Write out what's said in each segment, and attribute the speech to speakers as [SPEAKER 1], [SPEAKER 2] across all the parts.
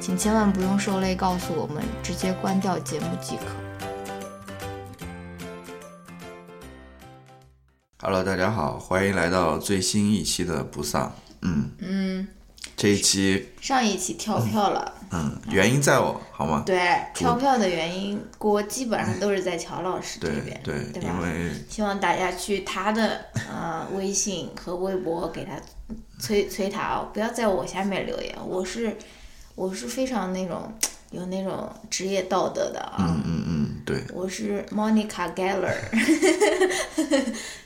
[SPEAKER 1] 请千万不用受累告诉我们，直接关掉节目即可。
[SPEAKER 2] Hello，大家好，欢迎来到最新一期的不丧。嗯嗯，这一期
[SPEAKER 1] 上一期跳票了，
[SPEAKER 2] 嗯原因在我，好吗？
[SPEAKER 1] 对，
[SPEAKER 2] 主
[SPEAKER 1] 跳票的原因锅基本上都是在乔老师这边，
[SPEAKER 2] 对，
[SPEAKER 1] 对吧
[SPEAKER 2] 因？为
[SPEAKER 1] 希望大家去他的呃微信和微博给他催催他哦，不要在我下面留言，我是我是非常那种有那种职业道德的啊。
[SPEAKER 2] 嗯嗯嗯，对
[SPEAKER 1] 我是 Monica Geller，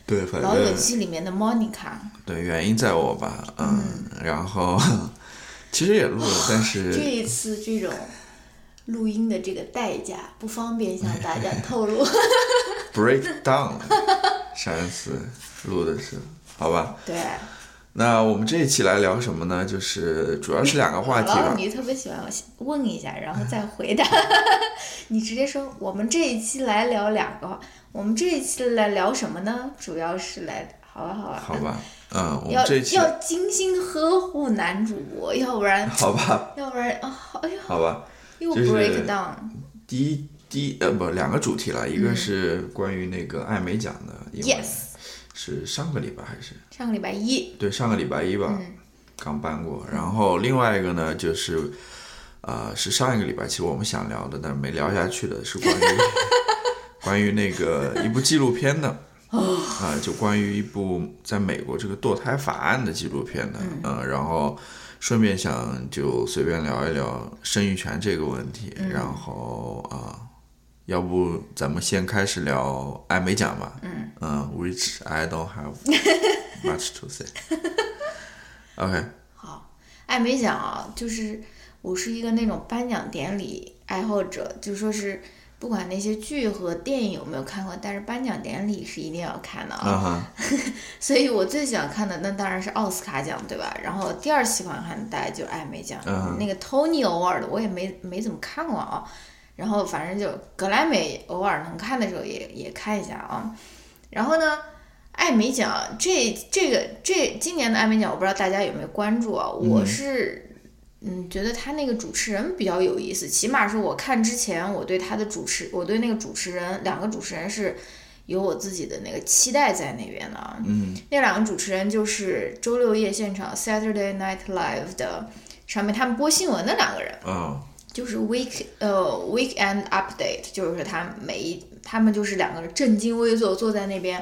[SPEAKER 2] 对，反
[SPEAKER 1] 老友
[SPEAKER 2] 正
[SPEAKER 1] 记里面的 Monica，
[SPEAKER 2] 对原因在我吧。嗯，然后 其实也录了，但
[SPEAKER 1] 这
[SPEAKER 2] 是
[SPEAKER 1] 一次这种录音的这个代价不方便向大家透 露。
[SPEAKER 2] break down 了，上一次录的是好吧？
[SPEAKER 1] 对，
[SPEAKER 2] 那我们这一期来聊什么呢？就是主要是两个话题
[SPEAKER 1] 老
[SPEAKER 2] 吧。
[SPEAKER 1] 女特别喜欢我问一下，然后再回答。 你直接说，我们这一期来聊两个，我们这一期来聊什么呢？主要是来，好吧，啊好吧，
[SPEAKER 2] 好吧，嗯，我们
[SPEAKER 1] 要
[SPEAKER 2] 这一期
[SPEAKER 1] 要精心呵护男主播，要不然，
[SPEAKER 2] 好吧，
[SPEAKER 1] 要不然啊，好哎呦，
[SPEAKER 2] 好吧，
[SPEAKER 1] 又
[SPEAKER 2] 就是
[SPEAKER 1] break down，
[SPEAKER 2] 第一第一呃不两个主题了，一个是关于那个艾美奖的，因为
[SPEAKER 1] Yes
[SPEAKER 2] 是上个礼拜还是
[SPEAKER 1] 上个礼拜一，
[SPEAKER 2] 对上个礼拜一吧，刚颁过。然后另外一个呢就是，呃是上一个礼拜其实我们想聊的，但没聊下去的是 关于关于那个一部纪录片的。啊、就关于一部在美国这个堕胎法案的纪录片的，嗯、然后顺便想就随便聊一聊生育权这个问题，然后啊、要不咱们先开始聊艾美奖吧，嗯、w h i c h I don't have much to say。OK，
[SPEAKER 1] 艾美奖啊，就是我是一个那种颁奖典礼爱好者，就说是不管那些剧和电影有没有看过，但是颁奖典礼是一定要看的啊。
[SPEAKER 2] 啊哈，
[SPEAKER 1] 所以我最喜欢看的那当然是奥斯卡奖，对吧？然后第二喜欢看的大概就是艾美奖，
[SPEAKER 2] 嗯
[SPEAKER 1] 那个 Tony Award 我也没没怎么看过啊。然后反正就格莱美偶尔能看的时候也也看一下啊。然后呢，艾美奖这这个这今年的艾美奖，我不知道大家有没有关注啊？我是嗯觉得他那个主持人比较有意思，起码是我看之前，我对他的主持，我对那个主持人两个主持人是有我自己的那个期待在那边的啊。
[SPEAKER 2] 嗯，
[SPEAKER 1] 那两个主持人就是周六夜现场 Saturday Night Live 的上面他们播新闻的两个人。
[SPEAKER 2] 嗯
[SPEAKER 1] 就是 week 呃 weekend update，就是说他每一他们就是两个人正襟危坐坐在那边，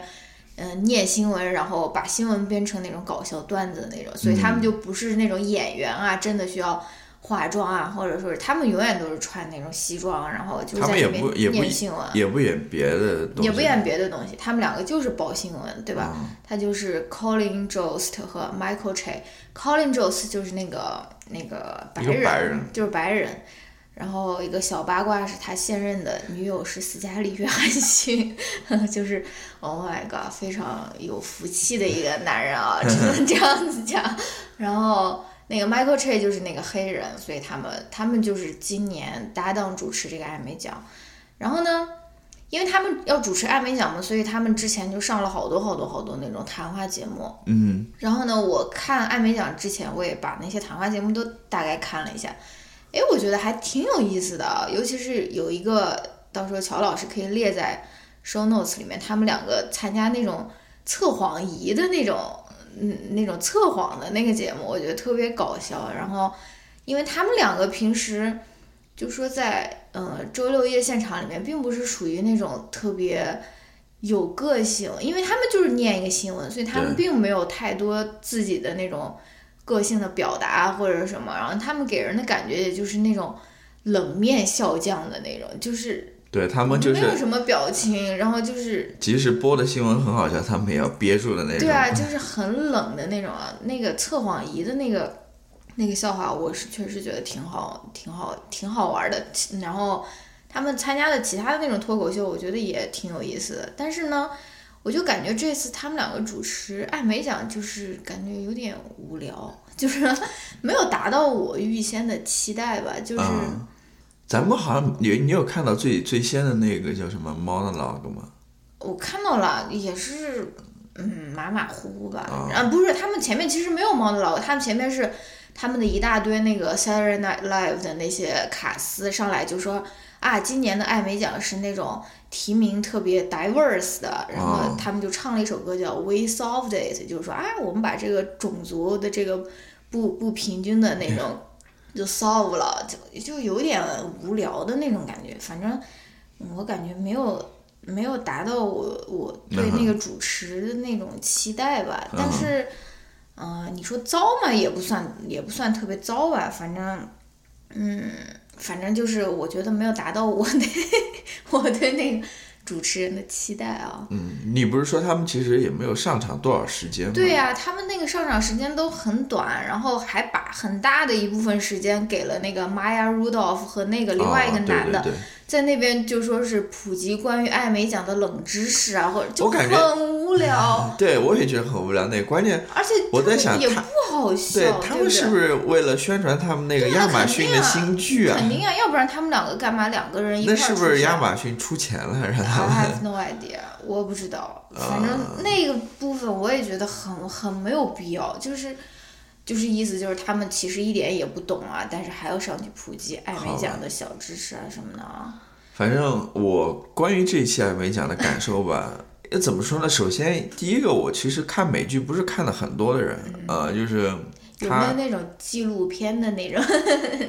[SPEAKER 1] 嗯、念新闻，然后把新闻编成那种搞笑段子的那种，所以他们就不是那种演员啊，真的需要化妆啊，或者说是他们永远都是穿那种西装，然后就
[SPEAKER 2] 他
[SPEAKER 1] 在
[SPEAKER 2] 们
[SPEAKER 1] 那
[SPEAKER 2] 也不也
[SPEAKER 1] 边
[SPEAKER 2] 不
[SPEAKER 1] 念新闻。
[SPEAKER 2] 也不演别的东西，
[SPEAKER 1] 啊也不演别的东西，他们两个就是报新闻，对吧？
[SPEAKER 2] 嗯
[SPEAKER 1] 他就是 Colin Jost 和 Michael Che。Colin Jost 就是那个那个白
[SPEAKER 2] 一
[SPEAKER 1] 人，
[SPEAKER 2] 个白人
[SPEAKER 1] 就是白人。然后一个小八卦是他现任的女友是斯嘉丽·约翰逊， 就是 Oh my god，非常有福气的一个男人啊，只能这样子讲。 然后那个 Michael Che 就是那个黑人，所以他们他们就是今年搭档主持这个艾美奖。然后呢，因为他们要主持艾美奖嘛，所以他们之前就上了好多好多好多那种谈话节目。
[SPEAKER 2] 嗯
[SPEAKER 1] 然后呢，我看艾美奖之前，我也把那些谈话节目都大概看了一下，诶，我觉得还挺有意思的啊，尤其是有一个，到时候乔老师可以列在 show notes 里面，他们两个参加那种测谎仪的那种，嗯，那种测谎的那个节目，我觉得特别搞笑。然后，因为他们两个平时就说在呃周六夜现场里面，并不是属于那种特别有个性，因为他们就是念一个新闻，所以他们
[SPEAKER 2] 对
[SPEAKER 1] 并没有太多自己的那种个性的表达或者什么，然后他们给人的感觉也就是那种冷面笑匠的那种，就是
[SPEAKER 2] 对他们就
[SPEAKER 1] 没有
[SPEAKER 2] 是
[SPEAKER 1] 什么表情，然后就是
[SPEAKER 2] 即使播的新闻很好笑，他们也要憋住的那种。
[SPEAKER 1] 对啊，就是很冷的那种啊。那个测谎仪的那个那个笑话，我是确实觉得挺好，挺好，挺好玩的。然后他们参加的其他的那种脱口秀，我觉得也挺有意思的。但是呢，我就感觉这次他们两个主持艾美奖就是感觉有点无聊，就是没有达到我预先的期待吧，就是。
[SPEAKER 2] 嗯，咱们好像你你有看到最最先的那个叫什么 monologue 吗？
[SPEAKER 1] 我看到了，也是，嗯，马马虎虎吧。
[SPEAKER 2] 啊
[SPEAKER 1] 啊，不是，他们前面其实没有猫的老，他们前面是他们的一大堆那个 Saturday Night Live 的那些卡司上来就说啊，今年的艾美奖是那种提名特别 diverse 的，然后
[SPEAKER 2] 啊
[SPEAKER 1] 他们就唱了一首歌叫 We Solved It，就是说啊，我们把这个种族的这个不不平均的那种就 solve 了，就就有点无聊的那种感觉，反正。我感觉没有没有达到我我对那个主持的那种期待吧。
[SPEAKER 2] 嗯嗯哼
[SPEAKER 1] 但是，呃，你说糟嘛，也不算也不算特别糟吧，反正，嗯，反正就是我觉得没有达到我对 我对那个主持人的期待啊。
[SPEAKER 2] 嗯，你不是说他们其实也没有上场多少时间吗？
[SPEAKER 1] 对呀、他们那个上场时间都很短，然后还把很大的一部分时间给了那个 Maya Rudolph 和那个另外一个
[SPEAKER 2] 啊
[SPEAKER 1] 男的，
[SPEAKER 2] 对对对
[SPEAKER 1] 在那边就说是普及关于艾美奖的冷知识啊，或者就
[SPEAKER 2] 我感觉
[SPEAKER 1] 很无聊，
[SPEAKER 2] 对，我也觉得很无聊。那个关键，
[SPEAKER 1] 而且
[SPEAKER 2] 我在想
[SPEAKER 1] 也
[SPEAKER 2] 他
[SPEAKER 1] 不好笑，
[SPEAKER 2] 对
[SPEAKER 1] 对
[SPEAKER 2] 他们是不
[SPEAKER 1] 是？哦
[SPEAKER 2] 是为了宣传他们那个
[SPEAKER 1] 对啊
[SPEAKER 2] 亚马逊的新剧啊？
[SPEAKER 1] 肯定啊，要不然他们两个干嘛两个人一块
[SPEAKER 2] 那
[SPEAKER 1] 儿出啊
[SPEAKER 2] 是
[SPEAKER 1] 去？啊
[SPEAKER 2] 不是亚马逊出钱了让他们？啊
[SPEAKER 1] I have no idea，我不知道。反正那个部分我也觉得很很没有必要，就是就是意思就是他们其实一点也不懂啊，但是还要上去普及艾美奖的小知识啊什么的啊。
[SPEAKER 2] 反正我关于这一期艾美奖的感受吧， 也怎么说呢？首先，第一个，我其实看美剧不是看的很多的人，呃，就是
[SPEAKER 1] 有没有
[SPEAKER 2] 他
[SPEAKER 1] 那种纪录片的那种？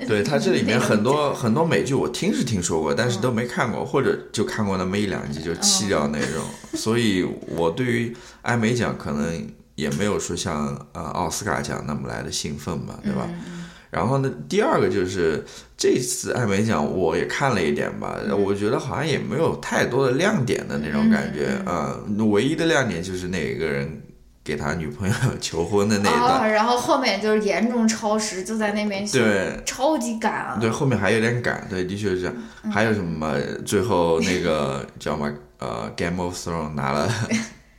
[SPEAKER 2] 对他这里面
[SPEAKER 1] 那种
[SPEAKER 2] 很多很多美剧我听是听说过，但是都没看过，或者就看过那么一两集就弃掉那种。 所以我对于艾美奖可能也没有说像呃奥斯卡奖那么来的兴奋吧，对吧？然后呢，第二个就是这次艾美奖我也看了一点吧，我觉得好像也没有太多的亮点的那种感觉啊、呃唯一的亮点就是那个人给他女朋友求婚的那一段，
[SPEAKER 1] 啊， 然后后面就是严重超时，就在那边写
[SPEAKER 2] 对，
[SPEAKER 1] 超级赶啊！
[SPEAKER 2] 对，后面还有点赶，对，的确是这样。还有什么？最后那 个叫什么？呃，《Game of Thrones》拿 了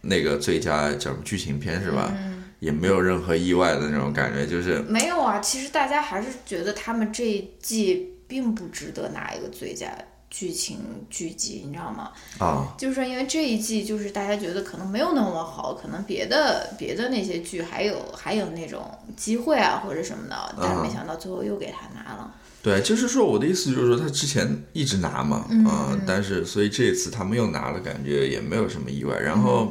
[SPEAKER 2] 那个最佳叫什么剧情片是吧？也没有任何意外的那种感觉，就是
[SPEAKER 1] 没有啊，其实大家还是觉得他们这一季并不值得拿一个最佳剧情剧集，你知道吗？
[SPEAKER 2] 啊，
[SPEAKER 1] 就是说因为这一季就是大家觉得可能没有那么好，可能别的别的那些剧还有还有那种机会啊或者什么的，但是没想到最后又给他拿了。
[SPEAKER 2] 对，就是说我的意思就是说他之前一直拿嘛，嗯，但是所以这次他们又拿了，感觉也没有什么意外。然后、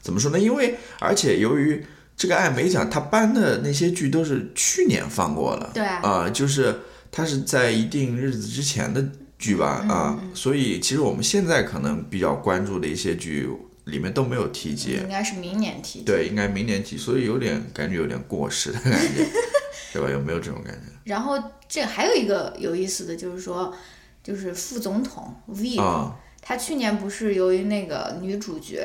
[SPEAKER 2] 怎么说呢？因为而且由于这个艾美奖，他颁的那些剧都是去年放过了，
[SPEAKER 1] 对啊
[SPEAKER 2] 啊、就是它是在一定日子之前的剧吧，啊、
[SPEAKER 1] 嗯
[SPEAKER 2] 所以其实我们现在可能比较关注的一些剧里面都没有提及，
[SPEAKER 1] 应该是明年提。，
[SPEAKER 2] 对，应该明年提，所以有点感觉有点过时的感觉，对吧？有没有这种感觉？
[SPEAKER 1] 然后这还有一个有意思的就是说，就是副总统 V
[SPEAKER 2] 啊、
[SPEAKER 1] 他去年不是由于那个女主角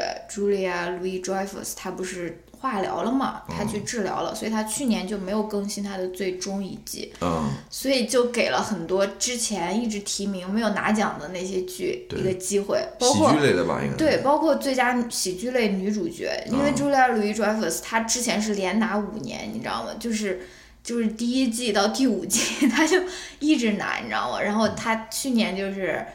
[SPEAKER 1] Julia Louis Dreyfus，她不是化疗了嘛，她去治疗了，所以她去年就没有更新她的最终一季，
[SPEAKER 2] 嗯。
[SPEAKER 1] 所以就给了很多之前一直提名没有拿奖的那些剧
[SPEAKER 2] 对
[SPEAKER 1] 一个机会，包
[SPEAKER 2] 喜
[SPEAKER 1] 括
[SPEAKER 2] 剧类的吧，应该
[SPEAKER 1] 对，包括最佳喜剧类女主角，因为
[SPEAKER 2] 嗯
[SPEAKER 1] Julia Louis Dreyfus 她之前是连拿五年，你知道吗？就是就是第一季到第五季， 她就一直拿，你知道吗？然
[SPEAKER 2] 嗯
[SPEAKER 1] 后她去年就是。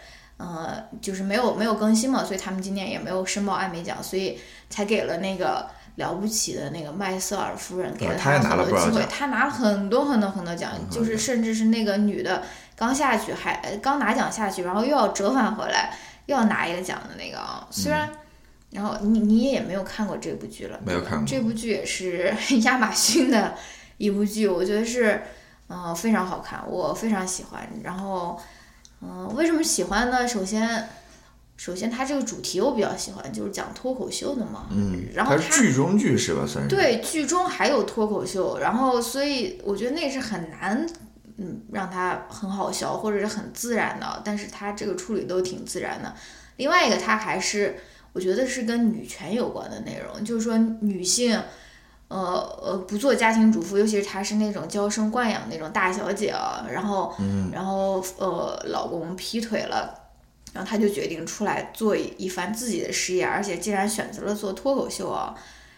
[SPEAKER 1] 呃，就是没有没有更新嘛，所以他们今年也没有申报艾美奖，所以才给了那个了不起的那个麦瑟尔夫人，给
[SPEAKER 2] 啊
[SPEAKER 1] 了
[SPEAKER 2] 她也拿了
[SPEAKER 1] 很
[SPEAKER 2] 不
[SPEAKER 1] 多
[SPEAKER 2] 少
[SPEAKER 1] 机会
[SPEAKER 2] 奖，嗯
[SPEAKER 1] 她拿了很多很多很多奖，就是甚至是那个女的刚下去还呃刚拿奖下去，然后又要折返回来，又要拿一个奖的那个啊，虽然。然后你你也没有看过这部剧了，
[SPEAKER 2] 没有看 过
[SPEAKER 1] 这部剧也是亚马逊的一部剧，我觉得是，嗯、呃，非常好看，我非常喜欢。然后，嗯、呃，为什么喜欢呢？首先，首先它这个主题我比较喜欢，就是讲脱口秀的嘛。
[SPEAKER 2] 嗯，
[SPEAKER 1] 然后
[SPEAKER 2] 它是剧中剧是吧？算是
[SPEAKER 1] 对，剧中还有脱口秀，然后所以我觉得那是很难，嗯，让它很好笑或者是很自然的，但是它这个处理都挺自然的。另外一个，它还是我觉得是跟女权有关的内容，就是说女性。呃呃，不做家庭主妇，尤其是她是那种娇生惯养那种大小姐啊，然后，
[SPEAKER 2] 嗯、
[SPEAKER 1] 然后呃，老公劈腿了，然后她就决定出来做一番自己的事业，而且竟然选择了做脱口秀啊，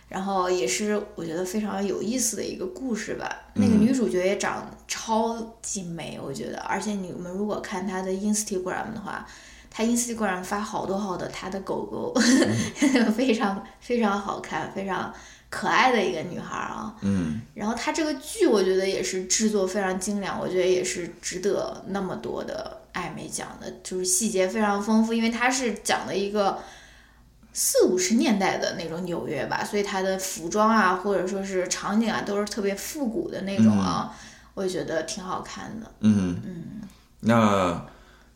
[SPEAKER 1] 然后也是我觉得非常有意思的一个故事吧。那
[SPEAKER 2] 嗯
[SPEAKER 1] 个女主角也长超级美，我觉得，而且你们如果看她的 Instagram 的话。他 Instagram 发好多好多他的狗狗，
[SPEAKER 2] 嗯、
[SPEAKER 1] 非常非常好看，非常可爱的一个女孩啊。
[SPEAKER 2] 嗯。
[SPEAKER 1] 然后他这个剧，我觉得也是制作非常精良，我觉得也是值得那么多的艾美奖的，就是细节非常丰富，因为它是讲的一个四五十年代的那种纽约吧，所以它的服装啊，或者说是场景啊，都是特别复古的那种啊，
[SPEAKER 2] 嗯、
[SPEAKER 1] 我觉得挺好看的。
[SPEAKER 2] 嗯
[SPEAKER 1] 嗯。
[SPEAKER 2] 那。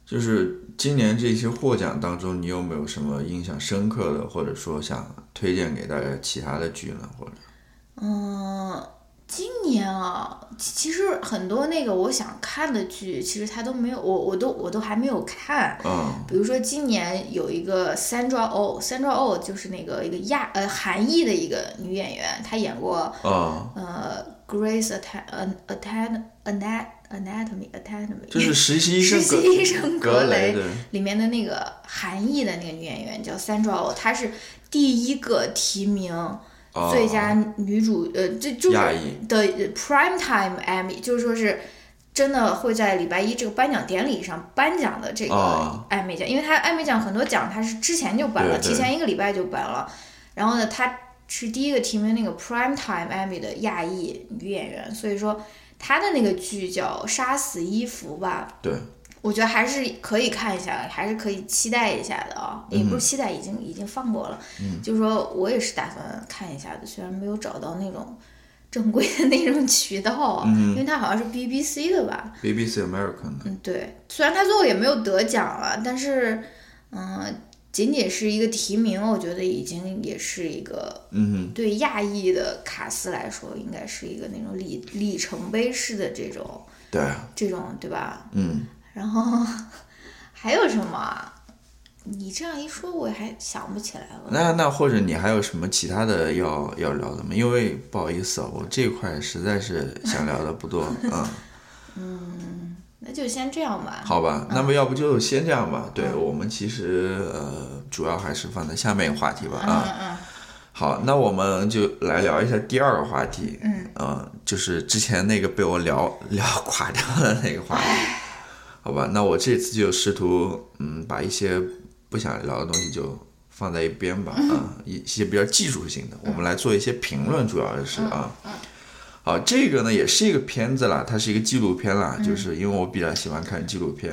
[SPEAKER 2] 就是今年这些获奖当中，你有没有什么印象深刻的，或者说想推荐给大家其他的剧呢？或者，
[SPEAKER 1] 嗯，今年啊，其实很多那个我想看的剧，其实它都没有，我我都我都还没有看。
[SPEAKER 2] 嗯，
[SPEAKER 1] 比如说今年有一个 Sandra Oh，Sandra Oh 就是那个一个亚呃韩裔的一个女演员，她演过、
[SPEAKER 2] 嗯、
[SPEAKER 1] 呃 Grace Att 呃 Att Anat。Anatomy Anatomy
[SPEAKER 2] 就是实习医生
[SPEAKER 1] 实习医生
[SPEAKER 2] 格
[SPEAKER 1] 雷
[SPEAKER 2] 对
[SPEAKER 1] 里面的那个韩裔的那个女演员叫 Sandra Oh，她是第一个提名
[SPEAKER 2] 哦
[SPEAKER 1] 最佳女主、呃，这就是
[SPEAKER 2] 亚裔
[SPEAKER 1] 的呃 Prime Time Emmy，就是说是真的会在礼拜一这个颁奖典礼上颁奖的这
[SPEAKER 2] 哦
[SPEAKER 1] 个艾美奖，因为她艾美奖很多奖它是之前就颁了，
[SPEAKER 2] 对对
[SPEAKER 1] 提前一个礼拜就颁了，然后呢，她是第一个提名那个 Prime Time Emmy 的亚裔女演员，所以说她的那个剧叫《杀死伊芙》吧，
[SPEAKER 2] 对，
[SPEAKER 1] 我觉得还是可以看一下的，还是可以期待一下的啊、也不是期待，已经已经放过了。
[SPEAKER 2] 嗯
[SPEAKER 1] 就是说我也是打算看一下的，虽然没有找到那种正规的那种渠道啊，
[SPEAKER 2] 嗯
[SPEAKER 1] 因为它好像是 BBC 的吧？
[SPEAKER 2] BBC American 的，
[SPEAKER 1] 嗯，对。虽然它最后也没有得奖了，但是，嗯、仅仅是一个提名，我觉得已经也是一个
[SPEAKER 2] 嗯
[SPEAKER 1] 对亚裔的卡斯来说，应该是一个那种里里程碑式的这种
[SPEAKER 2] 哼，对，
[SPEAKER 1] 这种，对吧？
[SPEAKER 2] 嗯，
[SPEAKER 1] 然 后还有什么啊？你这样一说，我还想不起来了。
[SPEAKER 2] 那那或者你还有什么其他的要要聊的吗？因为不好意思啊，我这块实在是想聊的不多，嗯，
[SPEAKER 1] 那就先这样吧。
[SPEAKER 2] 好吧，那么要不就先这样吧。对我们其实呃，主要还是放在下面一个话题吧，啊、
[SPEAKER 1] 嗯嗯
[SPEAKER 2] 好，那我们就来聊一下第二个话题，
[SPEAKER 1] 嗯
[SPEAKER 2] 呃就是之前那个被我聊聊垮掉的那个话题，好吧？那我这次就试图嗯把一些不想聊的东西就放在一边吧，啊、一一些比较技术性的，我们来做一些评论，主要是啊。好，这个呢也是一个片子啦，它是一个纪录片啦，就是因为我比较喜欢看纪录片，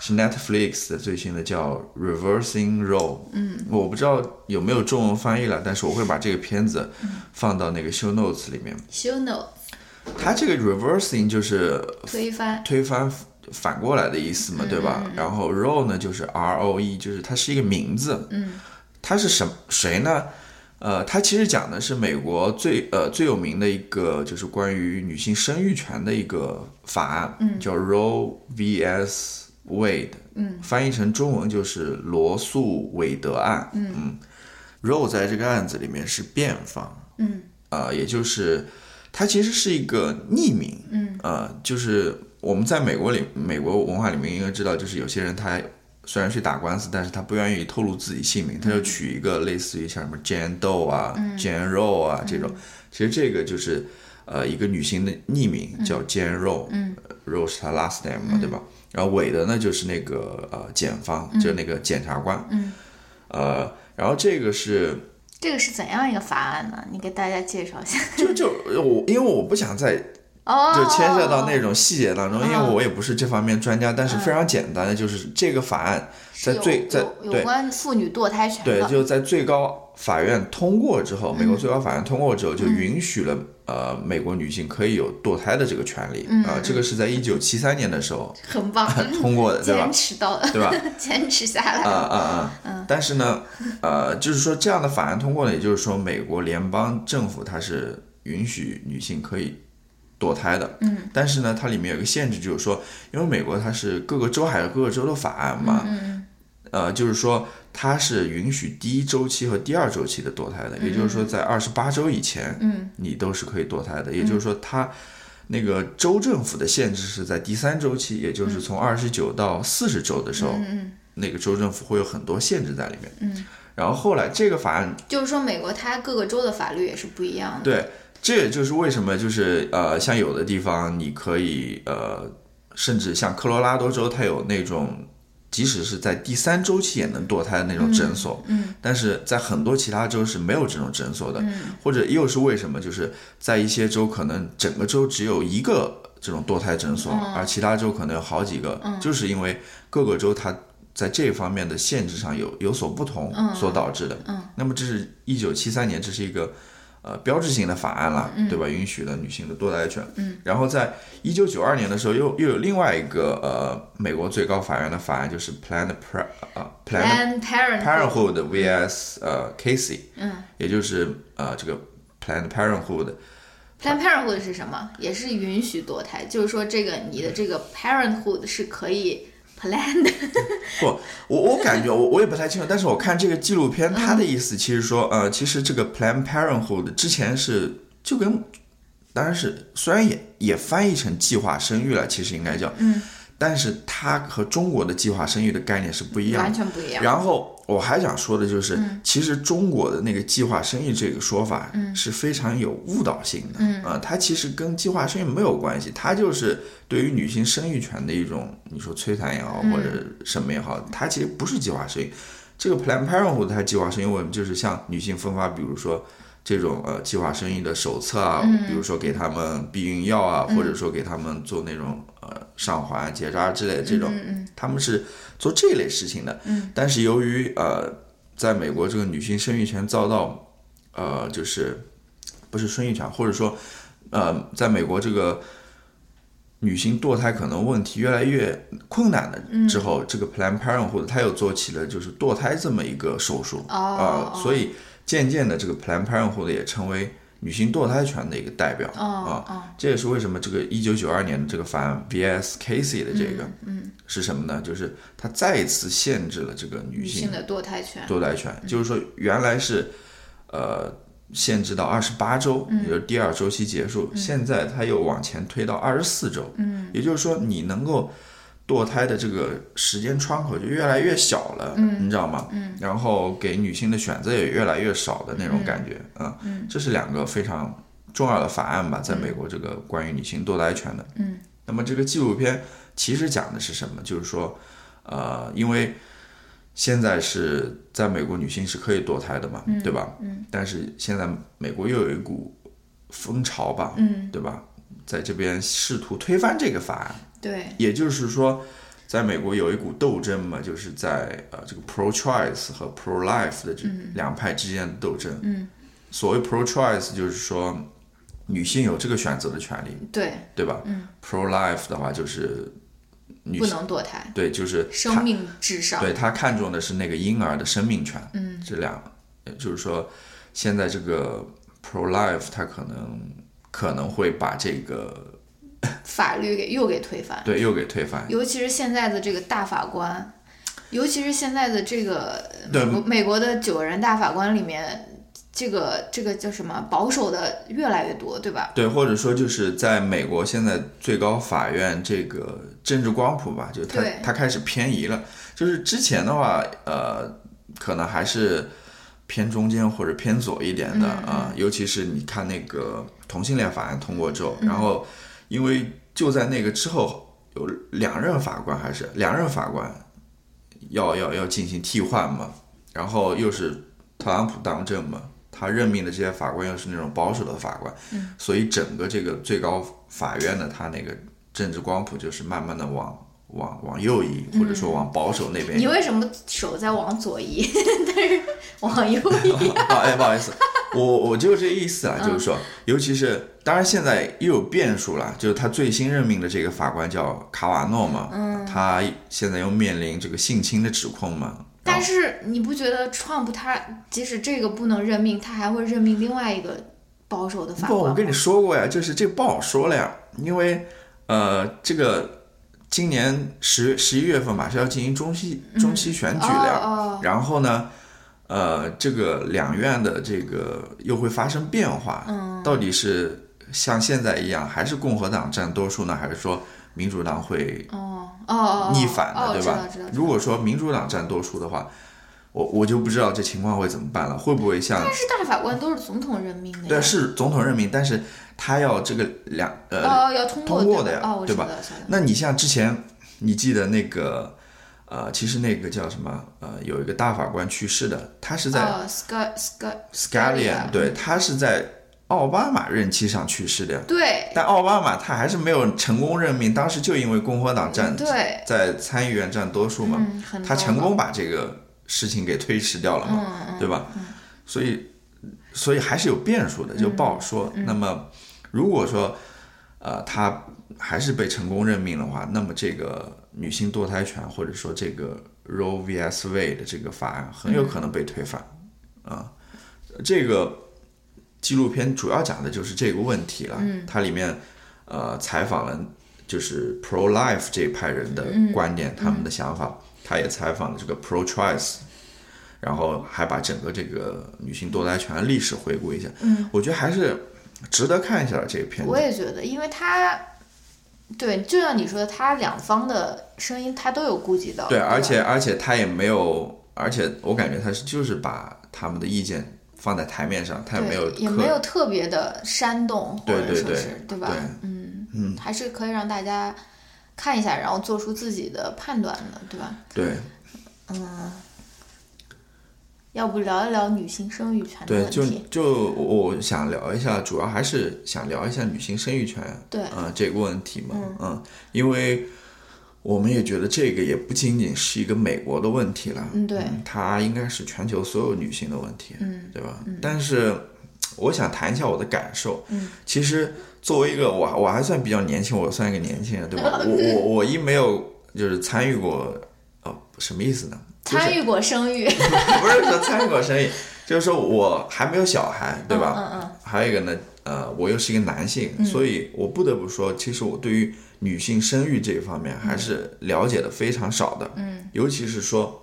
[SPEAKER 2] 是 Netflix 的最新的叫《Reversing r o w 嗯，我不知道有没有中文翻译了，但是我会把这个片子放到那个 show notes 里面。
[SPEAKER 1] ，show no
[SPEAKER 2] 它这个 reversing 就是
[SPEAKER 1] 推翻。
[SPEAKER 2] 推翻、反过来的意思嘛，
[SPEAKER 1] 嗯
[SPEAKER 2] 对吧？然后 row 呢就是 R O E，就是它是一个名字。
[SPEAKER 1] 嗯，
[SPEAKER 2] 它是什谁呢？呃，它其实讲的是美国最呃最有名的一个就是关于女性生育权的一个法案，叫 Roe v. S. Wade，
[SPEAKER 1] 嗯，
[SPEAKER 2] 翻译成中文就是罗素韦德案，嗯 r o e 在这个案子里面是辩方，
[SPEAKER 1] 嗯
[SPEAKER 2] 呃，也就是它其实是一个匿名，
[SPEAKER 1] 嗯，
[SPEAKER 2] 呃，就是我们在美国里，美国文化里面应该知道，就是有些人他虽然去打官司，但是他不愿意透露自己姓名，
[SPEAKER 1] 嗯
[SPEAKER 2] 他就取一个类似于像什么 Jane Doe 啊、Jane Roe 啊
[SPEAKER 1] 嗯
[SPEAKER 2] 这种，其实这个就是呃一个女性的匿名叫 Jane Roe，
[SPEAKER 1] 嗯
[SPEAKER 2] 呃，Roe 是她 last name 嘛，对吧？然后韦德呢就是那个呃检方，就是那个检察官，
[SPEAKER 1] 嗯
[SPEAKER 2] 呃，然后这个是。
[SPEAKER 1] 这个是怎样一个法案呢？你给大家介绍一下。
[SPEAKER 2] 就就我，因为我不想再
[SPEAKER 3] 哦，嗯
[SPEAKER 2] 就牵涉到那种细节当中，因为我也不是这方面专家，但是非常简单的就是这个法案在
[SPEAKER 3] 是有
[SPEAKER 2] 最在
[SPEAKER 3] 有有
[SPEAKER 2] 对
[SPEAKER 3] 关妇女堕胎权
[SPEAKER 2] 对
[SPEAKER 3] 的，
[SPEAKER 2] 就在最高法院通过之后，美
[SPEAKER 3] 嗯
[SPEAKER 2] 国最高法院通过之后就允许了呃美国女性可以有堕胎的这个权利
[SPEAKER 3] 嗯
[SPEAKER 2] 啊，这个是在一九七三年的时候
[SPEAKER 3] 很棒，
[SPEAKER 2] 通过 的，对吧
[SPEAKER 3] 坚？持到了，
[SPEAKER 2] 对吧？
[SPEAKER 3] 坚持下来
[SPEAKER 2] 啊
[SPEAKER 3] 了。
[SPEAKER 2] 啊
[SPEAKER 3] 嗯
[SPEAKER 2] 啊！但是呢， 呃，就是说这样的法案通过了，也就是说美国联邦政府它是允许女性可以堕胎的。嗯。但是呢，它里面有一个限制，就是说，因为美国它是各个州还有各个州的法案嘛，
[SPEAKER 3] 嗯
[SPEAKER 2] 呃，就是说它是允许第一周期和第二周期的堕胎的，也就是说在二十八周以前，
[SPEAKER 3] 嗯，
[SPEAKER 2] 你都是可以堕胎的。也就是说，它那个州政府的限制是在第三周期，也就是从二十九到四十周的时候，
[SPEAKER 3] 嗯
[SPEAKER 2] 那个州政府会有很多限制在里面。
[SPEAKER 3] 嗯，
[SPEAKER 2] 然后后来这个法案
[SPEAKER 3] 嗯，，就是说美国它各个州的法律也是不一样的。
[SPEAKER 2] 对，这也就是为什么就是呃，像有的地方你可以呃，甚至像科罗拉多州，它有那种即使是在第三周期也能堕胎的那种诊所，
[SPEAKER 3] 嗯
[SPEAKER 2] 但是在很多其他州是没有这种诊所的，
[SPEAKER 3] 嗯
[SPEAKER 2] 或者又是为什么？就是在一些州可能整个州只有一个这种堕胎诊所，
[SPEAKER 3] 嗯
[SPEAKER 2] 而其他州可能有好几个，就是因为各个州它在这方面的限制上有有所不同
[SPEAKER 3] 嗯
[SPEAKER 2] 所导致的。
[SPEAKER 3] 嗯
[SPEAKER 2] 那么这是一九七三年，这是一个。呃，标志性的法案了，
[SPEAKER 3] 嗯
[SPEAKER 2] 对吧？允许了女性的堕胎权。嗯。然后在一九九二年的时候，又又有另外一个呃，美国最高法院的法案，就是 Planned Pre 呃 Planned
[SPEAKER 3] ，Planned Parenthood，
[SPEAKER 2] Parenthood vs 呃 Casey，
[SPEAKER 3] 嗯
[SPEAKER 2] 也就是呃这个 Planned Parenthood，
[SPEAKER 3] ，Planned Parenthood 是什么？也是允许堕胎，就是说这个你
[SPEAKER 2] 嗯
[SPEAKER 3] 的这个 Parenthood 是可以 plan 的。
[SPEAKER 2] 不，我我感觉我我也不太清楚，但是我看这个纪录片，它的意思其实说，呃，其实这个 Planned Parenthood 之前是就跟，当然是虽然也也翻译成计划生育了，其实应该叫，嗯，但是它和中国的计划生育的概念是不一样的
[SPEAKER 3] 完，全不一样。
[SPEAKER 2] 然后我还想说的就是，其实中国的那个计划生育这个说法是非常有误导性的，嗯、它其实跟计划生育没有关系，它就是对于女性生育权的一种，你说摧残也好，或者什么也好，它其实不是计划生育。这个 Planned Parenthood 它计划生育，我们就是向女性分发，比如说这种呃计划生育的手册啊，比如说给他们避孕药啊，或者说给他们做那种呃上环、结扎之类的这种，
[SPEAKER 3] 嗯
[SPEAKER 2] 他们是做这类事情的。嗯、但是由于呃，在美国这个女性生育权遭到呃就是不是生育权，或者说呃，在美国这个。女性堕胎可能问题越来越困难
[SPEAKER 3] 嗯
[SPEAKER 2] 了之后，这个 Planned Parenthood 它又做起了就是堕胎这么一个手术啊、
[SPEAKER 3] 哦
[SPEAKER 2] 所以渐渐的，这个 Planned Parenthood 也成为女性堕胎权的一个代表啊、
[SPEAKER 3] 哦哦，
[SPEAKER 2] 这也是为什么这个一九九二年的这个法案 VS Casey 的这个，嗯，是什么呢？就是它再一次限制了这个
[SPEAKER 3] 嗯
[SPEAKER 2] 女
[SPEAKER 3] 女
[SPEAKER 2] 性啊
[SPEAKER 3] 性的堕胎权。
[SPEAKER 2] 堕胎权，嗯就是说原来是，呃，限制到二十八周，也就是第二周期结束，现在它又往前推到二十四周，嗯，也就是说你能够堕胎的这个时间窗口就越来越小了，嗯，你知道吗？嗯，然后给女性的选择也越来越少的那种感觉，嗯，这是两个非常重要的法案吧，在美国这个关于女性堕胎权的，嗯，那么这个纪录片其实讲的是什么？就是说，呃，因为。现在是在美国女性是可以堕胎的嘛，对吧？嗯。但是现在美国又有一股风潮吧，
[SPEAKER 3] 嗯，
[SPEAKER 2] 对吧？在这边试图推翻这个法案，
[SPEAKER 3] 对，
[SPEAKER 2] 也就是说，在美国有一股斗争嘛，就是在呃这个 pro-choice 和 pro-life 的这两派之间的斗争。
[SPEAKER 3] 嗯。
[SPEAKER 2] 所谓 pro-choice 就是说女性有这个选择的权利，
[SPEAKER 3] 对，
[SPEAKER 2] 对吧？嗯。pro-life 的话就是女
[SPEAKER 3] 不
[SPEAKER 2] 性
[SPEAKER 3] 能堕胎，
[SPEAKER 2] 对就是
[SPEAKER 3] 生命至上。
[SPEAKER 2] 对他看重的是那个婴儿的生命权，
[SPEAKER 3] 嗯，
[SPEAKER 2] 这两，呃就是说，现在这个 pro life 它可能可能会把这个
[SPEAKER 3] 法律给又给推翻，
[SPEAKER 2] 对又给推翻，
[SPEAKER 3] 尤其是现在的这个大法官，尤其是现在的这个
[SPEAKER 2] 对
[SPEAKER 3] 美国美国的九人大法官里面，这个这个叫什么保守的越来越多，对吧？
[SPEAKER 2] 对，或者说就是在美国现在最高法院这个政治光谱吧，就它
[SPEAKER 3] 对
[SPEAKER 2] 它开始偏移了。就是之前的话，呃，可能还是偏中间或者偏左一点的啊、尤其是你看那个同性恋法案通过之后，然后因为就在那个之后有两任法官还是两任法官要要要进行替换嘛，然后又是特朗普当政嘛，他任命的这些法官又是那种保守的法官，
[SPEAKER 1] 嗯
[SPEAKER 2] 所以整个这个最高法院的他那个政治光谱就是慢慢的往往往右移，或者说往保守那边移。
[SPEAKER 1] 你为什么手在往左移，但是往右移？
[SPEAKER 2] 啊，哎，不好意思，我我就这意思啊，就是说，尤其是当然现在又有变数了，就是他最新任命的这个法官叫卡瓦诺嘛，他现在又面临这个性侵的指控嘛，然
[SPEAKER 1] 但
[SPEAKER 2] 后
[SPEAKER 1] 是你不觉得 Trump 他即使这个不能任命，他还会任命另外一个保守的法
[SPEAKER 2] 不，
[SPEAKER 1] 官吗？
[SPEAKER 2] 我跟你说过呀，就是这不好说了呀，因为呃，这个今年十十一月份马上要进行中期中期选举了呀，
[SPEAKER 1] 嗯哦
[SPEAKER 2] 然后呢，呃，这个两院的这个又会发生变化，
[SPEAKER 1] 嗯
[SPEAKER 2] 到底是像现在一样，还是共和党占多数呢，还是说民主党会
[SPEAKER 1] 哦哦哦哦，
[SPEAKER 2] 逆反的，
[SPEAKER 1] 哦、
[SPEAKER 2] 对
[SPEAKER 1] 知道
[SPEAKER 2] 吧
[SPEAKER 1] 知道？
[SPEAKER 2] 如果说民主党占多数的话，我我就不知道这情况会怎么办了，会不会像
[SPEAKER 1] 但是大法官都是总统任命的呀。
[SPEAKER 2] 对是总统任命，但是他要这个两呃
[SPEAKER 1] 哦，要通过
[SPEAKER 2] 通过的呀
[SPEAKER 1] 对吧哦，我
[SPEAKER 2] 对吧
[SPEAKER 1] 知道知道
[SPEAKER 2] 那你像之前，你记得那个，呃，其实那个叫什么，呃，有一个大法官去世的，他是在
[SPEAKER 1] 哦，Sky Sky Scalia
[SPEAKER 2] Scalia，对他是在奥巴马任期上去世的，
[SPEAKER 1] 对
[SPEAKER 2] 但奥巴马他还是没有成功任命，当时就因为共和党占
[SPEAKER 1] 嗯对，
[SPEAKER 2] 在参议院占多数嘛，
[SPEAKER 1] 嗯，很
[SPEAKER 2] 他
[SPEAKER 1] 多
[SPEAKER 2] 成
[SPEAKER 1] 嘛
[SPEAKER 2] 功把这个事情给推迟掉了嘛，
[SPEAKER 1] 嗯嗯
[SPEAKER 2] 对吧？所以，所以还是有变数的，
[SPEAKER 1] 嗯
[SPEAKER 2] 就不好说。那么，如果说，呃，她还是被成功任命的话，那么这个女性堕胎权或者说这个 Roe vs Wade 的这个法案
[SPEAKER 1] 嗯
[SPEAKER 2] 很有可能被推翻。啊、这个纪录片主要讲的就是这个问题了。
[SPEAKER 1] 嗯
[SPEAKER 2] 它里面呃采访了就是 pro life 这一派人的
[SPEAKER 1] 嗯
[SPEAKER 2] 观点，他们的想法。他也采访了这个 pro choice 然后还把整个这个女性堕胎权的历史回顾一下。嗯，我觉得还是值得看一下这一片
[SPEAKER 1] 我也觉得，因为他对，就像你说的，他两方的声音他都有顾及到。
[SPEAKER 2] 对，
[SPEAKER 1] 吧
[SPEAKER 2] 而且而且他也没有，而且我感觉他是就是把他们的意见放在台面上，他也
[SPEAKER 1] 对
[SPEAKER 2] 没有
[SPEAKER 1] 也
[SPEAKER 2] 刻
[SPEAKER 1] 没有特别的煽动，或
[SPEAKER 2] 对
[SPEAKER 1] 者
[SPEAKER 2] 对
[SPEAKER 1] 说
[SPEAKER 2] 对
[SPEAKER 1] 是对吧？
[SPEAKER 2] 对
[SPEAKER 1] 嗯嗯，还是可以让大家看一下，然后做出自己的判断的，对吧？
[SPEAKER 2] 对
[SPEAKER 1] 要不聊一聊女性生育权的
[SPEAKER 2] 对，
[SPEAKER 1] 问
[SPEAKER 2] 就
[SPEAKER 1] 题？
[SPEAKER 2] 就我我想聊一下，主要还是想聊一下女性生育权
[SPEAKER 1] 对
[SPEAKER 2] 呃这个问题嘛，嗯因为我们也觉得这个也不仅仅是一个美国的问题了，
[SPEAKER 1] 嗯对
[SPEAKER 2] 它应该是全球所有女性的问题，
[SPEAKER 1] 嗯，
[SPEAKER 2] 对吧？但是我想谈一下我的感受，
[SPEAKER 1] 嗯，
[SPEAKER 2] 其实作为一个我我还算比较年轻，我算一个年轻人，对吧？我我我一没有就是参与过，呃，什么意思呢？就是
[SPEAKER 1] 参与过生育，
[SPEAKER 2] 不是说参与过生意，就是说我还没有小孩，对吧？
[SPEAKER 1] 嗯嗯嗯
[SPEAKER 2] 还有一个呢，呃，我又是一个男性，所以我不得不说，其实我对于女性生育这一方面还是了解的非常少的。
[SPEAKER 1] 嗯，
[SPEAKER 2] 尤其是说，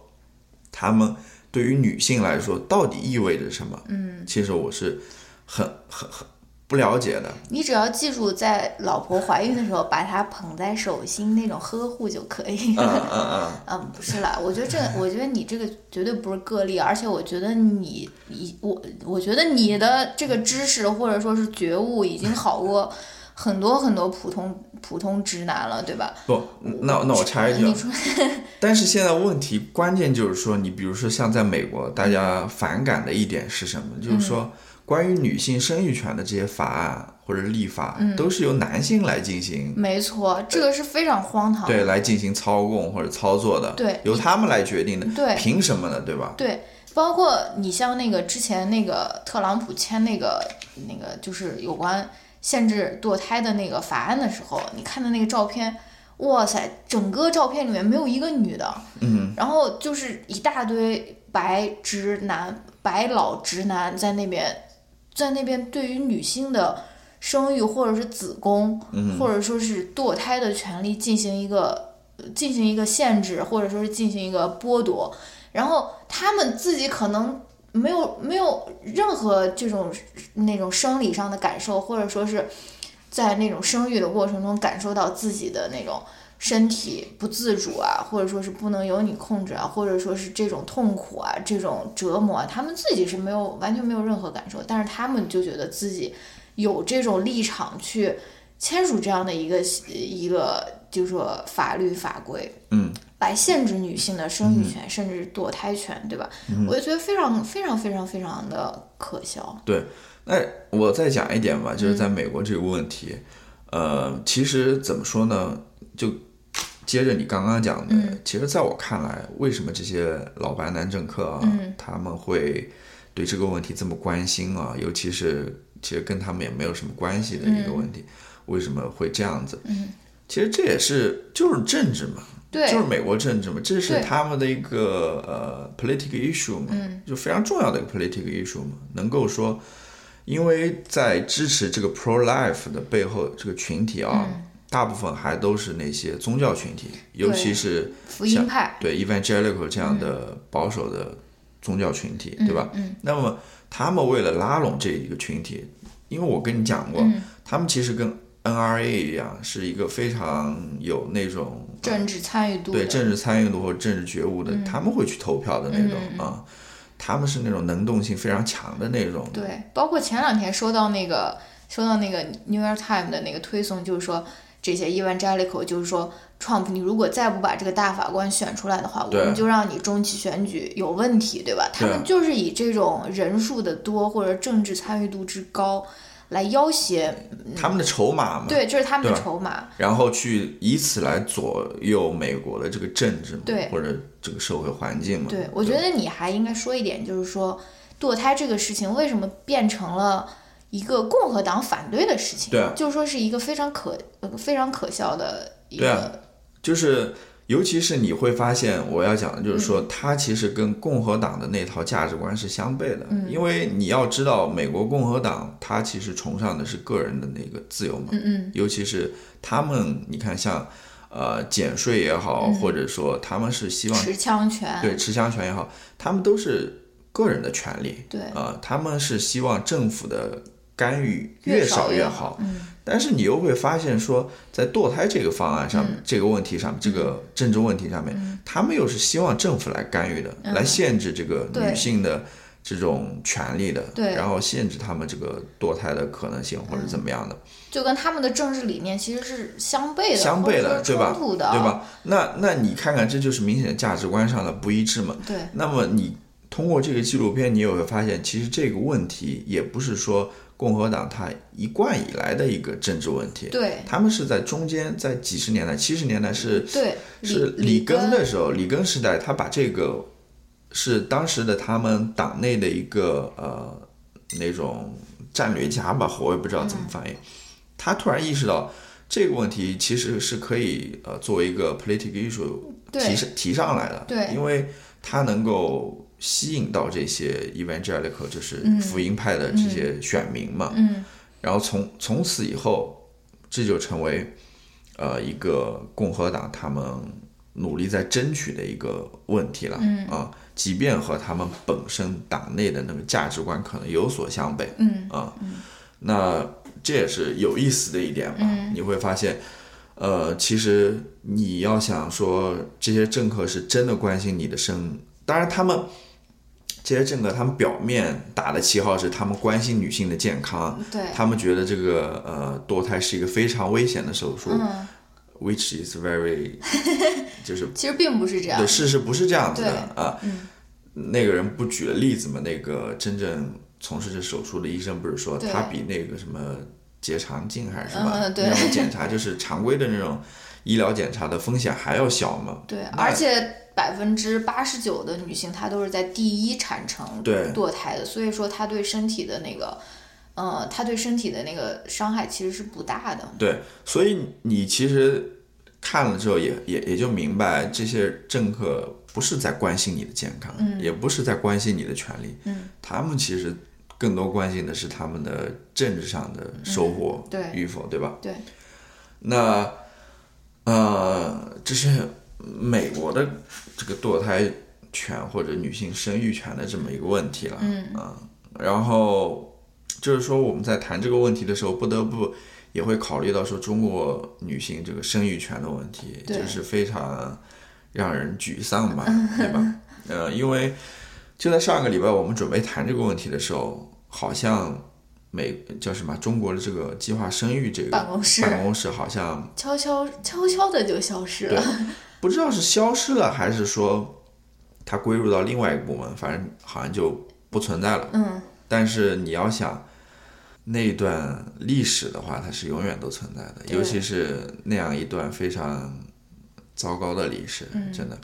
[SPEAKER 2] 他们对于女性来说到底意味着什么？
[SPEAKER 1] 嗯，
[SPEAKER 2] 其实我是很很很不了解 的。
[SPEAKER 1] 你只要记住，在老婆怀孕的时候把她捧在手心那种呵护就可以
[SPEAKER 2] 嗯
[SPEAKER 1] 了。
[SPEAKER 2] 嗯嗯，
[SPEAKER 1] 嗯，不是啦，我觉得这，我觉得你这个绝对不是个例，而且我觉得你，你我，我觉得你的这个知识或者说是觉悟已经好过很多很多普通普通直男了，对吧？
[SPEAKER 2] 不，那那我插一句啊
[SPEAKER 1] 你，说，
[SPEAKER 2] 但是现在问题关键就是说，你比如说像在美国，大家反感的一点是什么？
[SPEAKER 1] 嗯
[SPEAKER 2] 就是说，关于女性生育权的这些法案或者立法，
[SPEAKER 1] 嗯
[SPEAKER 2] 都是由男性来进行、
[SPEAKER 1] 没错，这个是非常荒唐的。
[SPEAKER 2] 对来进行操控或者操作的，
[SPEAKER 1] 对
[SPEAKER 2] 由他们来决定的，
[SPEAKER 1] 对
[SPEAKER 2] 凭什么呢？对吧？
[SPEAKER 1] 对，包括你像那个之前那个特朗普签那个那个就是有关限制堕胎的那个法案的时候，你看的那个照片，哇塞，整个照片里面没有一个女的，嗯，然后就是一大堆白直男、白老直男在那边，在那边对于女性的。生育或者是子宫，或者说是堕胎的权利进行一个进行一个限制，或者说是进行一个剥夺，然后他们自己可能没有没有任何这种那种生理上的感受，或者说是在那种生育的过程中感受到自己的那种身体不自主啊，或者说是不能由你控制啊，或者说是这种痛苦啊、这种折磨啊，他们自己是没有完全没有任何感受，但是他们就觉得自己有这种立场去签署这样的一个一个就是说法律法规，
[SPEAKER 2] 嗯，
[SPEAKER 1] 来限制女性的生育权，甚至堕胎权，对吧？
[SPEAKER 2] 嗯
[SPEAKER 1] 我就觉得非常非常非常非常的可笑。
[SPEAKER 2] 对，那哎我再讲一点吧，就是
[SPEAKER 1] 嗯
[SPEAKER 2] 在美国这个问题，呃，其实怎么说呢，就接着你刚刚讲的，
[SPEAKER 1] 嗯
[SPEAKER 2] 其实在我看来，为什么这些老白男政客啊，
[SPEAKER 1] 嗯
[SPEAKER 2] 他们会对这个问题这么关心啊？尤其是其实跟他们也没有什么关系的一个问题，
[SPEAKER 1] 嗯
[SPEAKER 2] 为什么会这样子？嗯，其实这也是就是政治嘛，
[SPEAKER 1] 对
[SPEAKER 2] 就是美国政治嘛，这是
[SPEAKER 1] 对嗯
[SPEAKER 2] 他们的一个呃 political issue 嘛，就非常重要的一个 political issue 嘛，能够说，因为在支持这个 pro life 的背后，这个群体啊，大部分还都是那些宗教群体，尤其是啊
[SPEAKER 3] 福音派，
[SPEAKER 2] 对 evangelical 这样的保守的宗教群体，对吧？嗯。那么他们为了拉拢这一个群体，因为我跟你讲过，他们其实跟 NRA 一样，是一个非常有那种呃
[SPEAKER 1] 政治参与度的
[SPEAKER 2] 对政治参与度或者政治觉悟的，他们会去投票的那种啊、他们是那种能动性非常强的那种。
[SPEAKER 1] 对，包括前两天收到那个收到那个 New York Times 的那个推送，就是说这些 evangelical，就是说 Trump，你如果再不把这个大法官选出来的话，我
[SPEAKER 2] 对
[SPEAKER 1] 们就让你中期选举有问题，对吧？他
[SPEAKER 2] 对啊
[SPEAKER 1] 们就是以这种人数的多或者政治参与度之高来要挟，
[SPEAKER 2] 他们的筹码嘛，
[SPEAKER 1] 对，这是他们的
[SPEAKER 2] 啊对
[SPEAKER 1] 筹码。
[SPEAKER 2] 然后去以此来左右美国的这个政治嘛，
[SPEAKER 1] 对
[SPEAKER 2] 或者这个社会环境嘛。
[SPEAKER 1] 对，我觉得你还应该说一点，就是说堕胎这个事情为什么变成了一个共和党反对的事情？
[SPEAKER 2] 对啊
[SPEAKER 1] 就是说是一个非常可呃非常可笑的一
[SPEAKER 2] 对啊
[SPEAKER 1] 个
[SPEAKER 2] 就是尤其是你会发现，我要讲的就是说，
[SPEAKER 1] 嗯
[SPEAKER 2] 它其实跟共和党的那套价值观是相悖的，
[SPEAKER 1] 嗯
[SPEAKER 2] 因为你要知道，美国共和党它其实崇尚的是个人的那个自由嘛，嗯嗯尤其是他们，你看像呃减税也好，
[SPEAKER 1] 嗯
[SPEAKER 2] 或者说他们是希望
[SPEAKER 1] 持枪权。
[SPEAKER 2] 对持枪权也好，他们都是个人的权利，
[SPEAKER 1] 对
[SPEAKER 2] 啊，他们是希望政府的干预
[SPEAKER 1] 越
[SPEAKER 2] 越
[SPEAKER 1] 少
[SPEAKER 2] 少
[SPEAKER 1] 越
[SPEAKER 2] 越
[SPEAKER 1] 好嗯
[SPEAKER 2] 好。但是你又会发现说，在堕胎这个方案上面、
[SPEAKER 1] 嗯
[SPEAKER 2] 这个问题上面、这个政治问题上面，他们又是希望政府来干预的，来限制这个
[SPEAKER 1] 嗯对
[SPEAKER 2] 女性的。这种权利的，
[SPEAKER 1] 对
[SPEAKER 2] 然后限制他们这个堕胎的可能性或者怎么
[SPEAKER 1] 嗯
[SPEAKER 2] 样的，
[SPEAKER 1] 就跟他们的政治理念其实是相悖的，
[SPEAKER 2] 相
[SPEAKER 1] 或者
[SPEAKER 2] 悖
[SPEAKER 1] 说
[SPEAKER 2] 的，对吧？
[SPEAKER 1] 冲突的，哦
[SPEAKER 2] 对？吧？那那你看看，这就是明显的价值观上的不一致嘛。
[SPEAKER 1] 对
[SPEAKER 2] 那么你通过这个纪录片，你也会发现，其实这个问题也不是说共和党它一贯以来的一个政治问题，
[SPEAKER 1] 对
[SPEAKER 2] 他们是在中间，在几十年代、七十年代是
[SPEAKER 1] 对，
[SPEAKER 2] 是
[SPEAKER 1] 里
[SPEAKER 2] 里根的时候，里根时代，他把这个是当时的他们党内的一个呃那种战略家吧，我也不知道
[SPEAKER 1] 嗯
[SPEAKER 2] 怎么翻译，他突然意识到这个问题其实是可以呃作为一个 political issue
[SPEAKER 1] 对
[SPEAKER 2] 提上提上来的，
[SPEAKER 1] 对
[SPEAKER 2] 因为它能够吸引到这些 evangelical 就是福音派的这些选民嘛，
[SPEAKER 1] 嗯
[SPEAKER 2] 然后从从此以后，这就成为呃一个共和党他们努力在争取的一个问题了、
[SPEAKER 1] 嗯
[SPEAKER 2] 啊，即便和他们本身党内的那个价值观可能有所相悖，
[SPEAKER 1] 嗯
[SPEAKER 2] 啊，那这也是有意思的一点吧，
[SPEAKER 1] 嗯
[SPEAKER 2] 你会发现。呃，其实你要想说这些政客是真的关心你的生，当然他们这些政客他们表面打的旗号是他们关心女性的健康，
[SPEAKER 1] 对
[SPEAKER 2] 他们觉得这个呃堕胎是一个非常危险的手术、
[SPEAKER 1] 嗯，
[SPEAKER 2] w h i c h is very 就是
[SPEAKER 1] 其实并不是这样
[SPEAKER 2] 对，，事实不是这样子的
[SPEAKER 1] 对嗯
[SPEAKER 2] 啊。那个人不举了例子嘛？那个真正从事这手术的医生不是说
[SPEAKER 1] 对
[SPEAKER 2] 他比那个什么结肠镜还是什么、
[SPEAKER 1] 嗯对
[SPEAKER 2] 那种检查，就是常规的那种医疗检查的风险还要小嘛？
[SPEAKER 1] 对，
[SPEAKER 2] 那
[SPEAKER 1] 而且百分之八十九的女性她都是在第一产程
[SPEAKER 2] 对
[SPEAKER 1] 堕胎的，所以说她对身体的那个，呃，她对身体的那个伤害其实是不大的。
[SPEAKER 2] 对，所以你其实看了之后也也也就明白，这些政客不是在关心你的健康，也不是在关心你的权利，
[SPEAKER 1] 嗯
[SPEAKER 2] 他们其实更多关心的是他们的政治上的收获、
[SPEAKER 1] 嗯对
[SPEAKER 2] 与否，对吧？
[SPEAKER 1] 对，
[SPEAKER 2] 那呃，这是美国的这个堕胎权或者女性生育权的这么一个问题了，嗯啊，然后就是说我们在谈这个问题的时候，不得不也会考虑到说中国女性这个生育权的问题，
[SPEAKER 1] 对
[SPEAKER 2] 就是非常让人沮丧吧，对吧？呃，因为就在上个礼拜我们准备谈这个问题的时候，好像美叫什么中国的这个计划生育这个
[SPEAKER 1] 办公室
[SPEAKER 2] 办公室好像
[SPEAKER 1] 悄悄悄悄的就消失了。
[SPEAKER 2] 不知道是消失了还是说它归入到另外一个部门，反正好像就不存在了。
[SPEAKER 1] 嗯，
[SPEAKER 2] 但是你要想那段历史的话，它是永远都存在的，
[SPEAKER 1] 对
[SPEAKER 2] 尤其是那样一段非常糟糕的历史，
[SPEAKER 1] 嗯
[SPEAKER 2] 真的。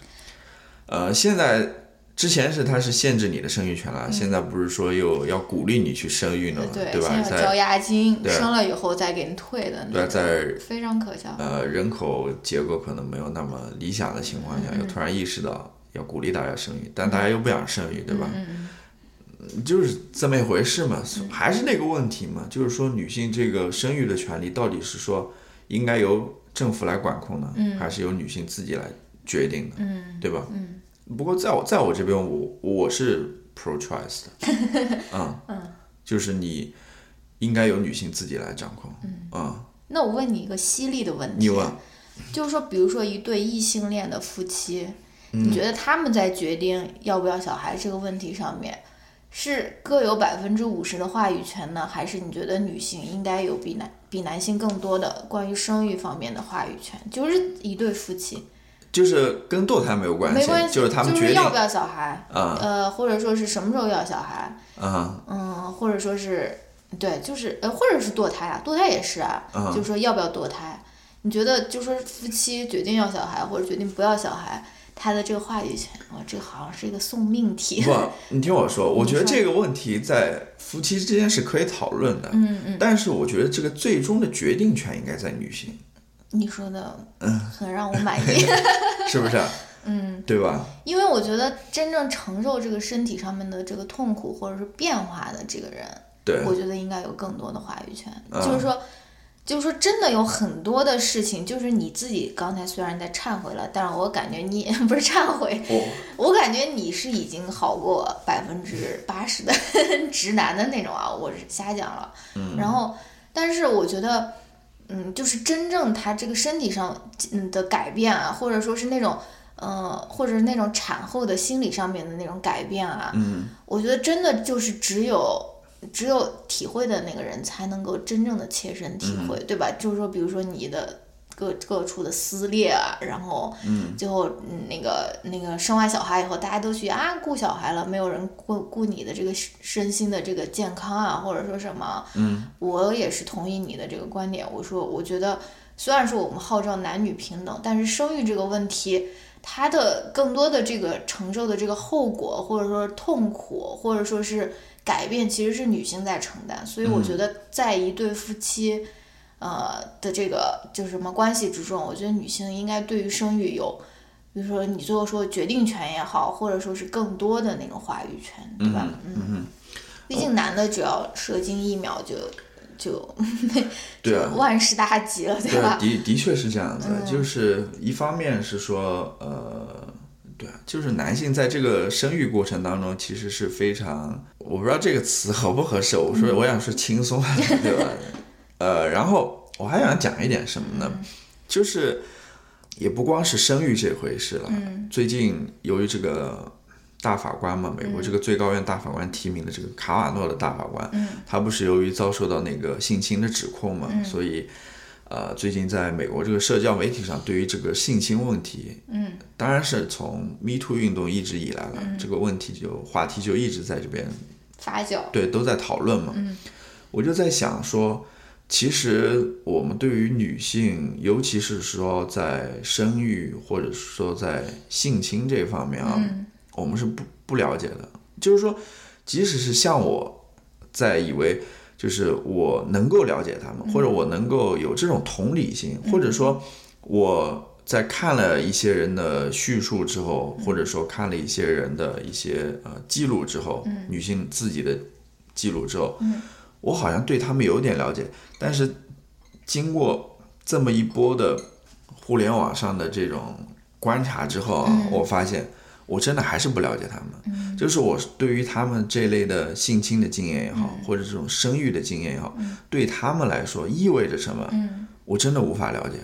[SPEAKER 2] 呃，现在之前是它是限制你的生育权了，现在不是说又要鼓励你去生育呢嘛，
[SPEAKER 1] 嗯呃对，
[SPEAKER 2] 吧？
[SPEAKER 1] 先要交
[SPEAKER 2] 在
[SPEAKER 1] 押金，
[SPEAKER 2] 对
[SPEAKER 1] 生了以后再给你退的那
[SPEAKER 2] 对
[SPEAKER 1] 种，
[SPEAKER 2] 在
[SPEAKER 1] 非常可笑。
[SPEAKER 2] 呃人口结构可能没有那么理想的情况
[SPEAKER 1] 嗯
[SPEAKER 2] 下，又突然意识到要鼓励大家生育，但大家又不想生育，对吧？
[SPEAKER 1] 嗯，
[SPEAKER 2] 就是这么一回事嘛，还是那个问题嘛，就是说女性这个生育的权利到底是说应该由政府来管控呢，还是由女性自己来决定的，
[SPEAKER 1] 嗯
[SPEAKER 2] 对吧？
[SPEAKER 1] 嗯
[SPEAKER 2] 不过在我在我这边，我我是 pro choice 的， 嗯，就是你应该由女性自己来掌控，嗯，
[SPEAKER 1] 那我问你一个犀利的问题，
[SPEAKER 2] 你问，
[SPEAKER 1] 就是说，比如说一对异性恋的夫妻，
[SPEAKER 2] 嗯
[SPEAKER 1] 你觉得他们在决定要不要小孩这个问题上面，是各有百分之五十的话语权呢，还是你觉得女性应该有比男比男性更多的关于生育方面的话语权？就是一对夫妻，
[SPEAKER 2] 就是跟堕胎没有关
[SPEAKER 1] 没
[SPEAKER 2] 系，
[SPEAKER 1] 关系，
[SPEAKER 2] 就是他们决定，
[SPEAKER 1] 要不要小孩，
[SPEAKER 2] 嗯
[SPEAKER 1] 呃，或者说是什么时候要小孩，
[SPEAKER 2] 嗯
[SPEAKER 1] 嗯，或者说是对，就是呃，或者是堕胎啊，堕胎也是啊，
[SPEAKER 2] 嗯
[SPEAKER 1] 就是说要不要堕胎？你觉得就说夫妻决定要小孩或者决定不要小孩，他的这个话语权，哇，这个好像是一个送命题。
[SPEAKER 2] 不，你听我说，我觉得
[SPEAKER 1] 嗯你说
[SPEAKER 2] 这个问题在夫妻之间是可以讨论的，
[SPEAKER 1] 嗯嗯，
[SPEAKER 2] 但是我觉得这个最终的决定权应该在女性，
[SPEAKER 1] 你说的很让我满意，
[SPEAKER 2] 是不是？嗯，对吧？
[SPEAKER 1] 因为我觉得真正承受这个身体上面的这个痛苦或者是变化的这个人，
[SPEAKER 2] 对
[SPEAKER 1] 我觉得应该有更多的话语权，就是说，就是说，真的有很多的事情，就是你自己刚才虽然在忏悔了，但是我感觉你 不是忏悔，
[SPEAKER 2] 我
[SPEAKER 1] 我感觉你是已经好过百分之八十的 直男的那种啊，我是瞎讲了。然后，但是我觉得，嗯，就是真正他这个身体上嗯的改变啊，或者说是那种。呃，或者是那种产后的心理上面的那种改变啊，
[SPEAKER 2] 嗯，
[SPEAKER 1] 我觉得真的就是只有只有体会的那个人才能够真正的切身体会，对吧？就是说，比如说你的各各处的撕裂啊，然后最后嗯那个那个生完小孩以后，大家都去啊顾小孩了，没有人顾顾你的这个身身心的这个健康啊，或者说什么，嗯，我也是同意你的这个观点。我说，我觉得虽然说我们号召男女平等，但是生育这个问题。它的更多的这个承受的这个后果，或者说痛苦，或者说是改变，其实是女性在承担。所以我
[SPEAKER 2] 嗯
[SPEAKER 1] 觉得，在一对夫妻，呃的这个就是什么关系之中，我觉得女性应该对于生育有，比如说你最后说决定权也好，或者说是更多的那种话语权，对吧？嗯毕
[SPEAKER 2] 哦
[SPEAKER 1] 竟男的只要射精一秒就就
[SPEAKER 2] 对 啊，
[SPEAKER 1] 万事大吉了，
[SPEAKER 2] 对啊
[SPEAKER 1] 吧？
[SPEAKER 2] 的的确是这样子，就是一方面是说，呃，对啊，就是男性在这个生育过程当中其实是非常，我不知道这个词合不合适，我说我想说轻松，对吧？ 呃，然后我还想讲一点什么呢？就是也不光是生育这回事了，最近由于这个。大法官嘛，美国这个最高院大法官提名的这个卡瓦诺的大法官，他不是由于遭受到那个性侵的指控嘛，所以呃，最近在美国这个社交媒体上，对于这个性侵问题，嗯，当然是从 Me Too 运动一直以来了，这个问题就话题就一直在这边，
[SPEAKER 1] 发酵，
[SPEAKER 2] 对，都在讨论嘛。嗯，我就在想说，其实我们对于女性，尤其是说在生育或者说在性侵这方面啊，我们是不不了解的。就是说，即使是像我，在以为就是我能够了解他们，或者我能够有这种同理心，或者说我。在看了一些人的叙述之后，或者说看了一些人的一些呃记录之后，女性自己的记录之后，我好像对他们有点了解，但是经过这么一波的互联网上的这种观察之后啊，我发现我真的还是不了解他们。就是我对于他们这类的性侵的经验也好，或者这种生育的经验也好，对他们来说意味着什么，我真的无法了解。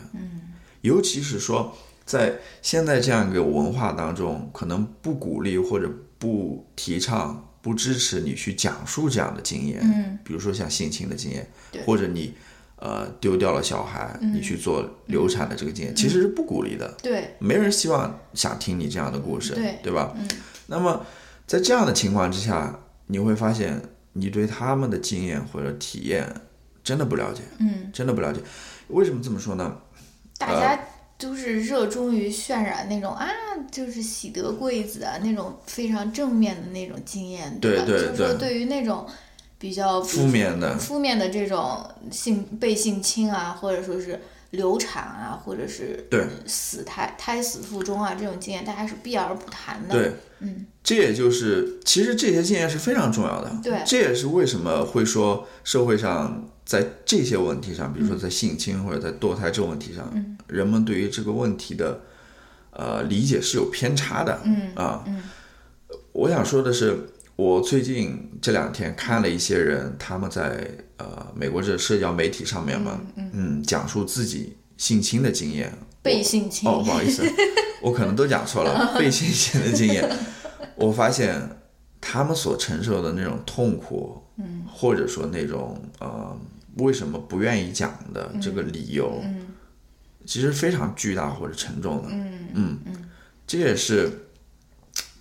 [SPEAKER 2] 尤其是说在现在这样一个文化当中，可能不鼓励或者不提倡。不不支持你去讲述这样的经验，
[SPEAKER 1] 嗯，
[SPEAKER 2] 比如说像性侵的经验
[SPEAKER 1] 对，嗯
[SPEAKER 2] 或者你呃丢掉了小孩，你去做流产的这个经验，其实是不鼓励的，
[SPEAKER 1] 对，
[SPEAKER 2] 没人希望想听你这样的故事，
[SPEAKER 1] 对嗯
[SPEAKER 2] 吧？那么在这样的情况之下，你会发现你对他们的经验或者体验真的不了解，
[SPEAKER 1] 嗯，
[SPEAKER 2] 真的不了解。为什么这么说呢？
[SPEAKER 1] 大
[SPEAKER 2] 嗯
[SPEAKER 1] 家就是热衷于渲染那种啊，就是喜得贵子啊那种非常正面的那种经验，吧？
[SPEAKER 2] 对对
[SPEAKER 1] 就是说
[SPEAKER 2] 对
[SPEAKER 1] 对于那种比较比如
[SPEAKER 2] 负面的
[SPEAKER 1] 说负面的这种性被性侵啊，或者说是流产啊，或者是
[SPEAKER 2] 对
[SPEAKER 1] 死胎胎死腹中啊这种经验，大家是避而不谈的。
[SPEAKER 2] 对，
[SPEAKER 1] 嗯，
[SPEAKER 2] 这也就是其实这些经验是非常重要的。
[SPEAKER 1] 对
[SPEAKER 2] 这也是为什么会说社会上在这些问题上，比如说在性侵或者在堕胎这个问题上，人们对于这个问题的呃理解是有偏差的。
[SPEAKER 1] 嗯
[SPEAKER 2] 啊，
[SPEAKER 1] 嗯
[SPEAKER 2] 我想说的是，我最近这两天看了一些人他们在呃美国这社交媒体上面嘛，嗯讲述自己性侵的经验，
[SPEAKER 1] 被性侵，
[SPEAKER 2] 哦，不好意 思，我可能都讲错了， 被性侵的经 验，我发现他们所承受的那种痛苦，嗯，或者说那种呃，为什么不愿意讲的这个理由，
[SPEAKER 1] 嗯
[SPEAKER 2] 其实非常巨大或者沉重的，
[SPEAKER 1] 嗯
[SPEAKER 2] 这也是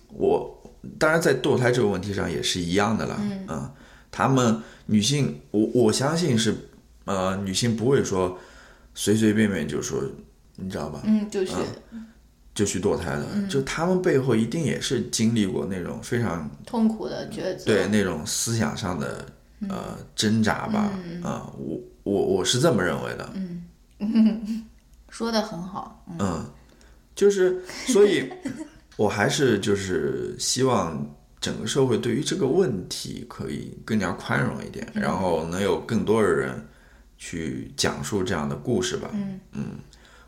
[SPEAKER 2] 我当然在堕胎这个问题上也是一样的啦，嗯，他们女性，我我相信是呃，女性不会说随随便便就说，你知道吧？
[SPEAKER 1] 嗯，就是、
[SPEAKER 2] 就去堕胎了。就他们背后一定也是经历过那种非常
[SPEAKER 1] 痛苦的抉择。
[SPEAKER 2] 对那种思想上的呃挣扎吧，
[SPEAKER 1] 嗯
[SPEAKER 2] 啊、我我我是这么认为的，
[SPEAKER 1] 嗯 说的很好，嗯
[SPEAKER 2] 嗯，就是所以，我还是就是希望。整个社会对于这个问题可以更加宽容一点，然后能有更多的人去讲述这样的故事吧。
[SPEAKER 1] 嗯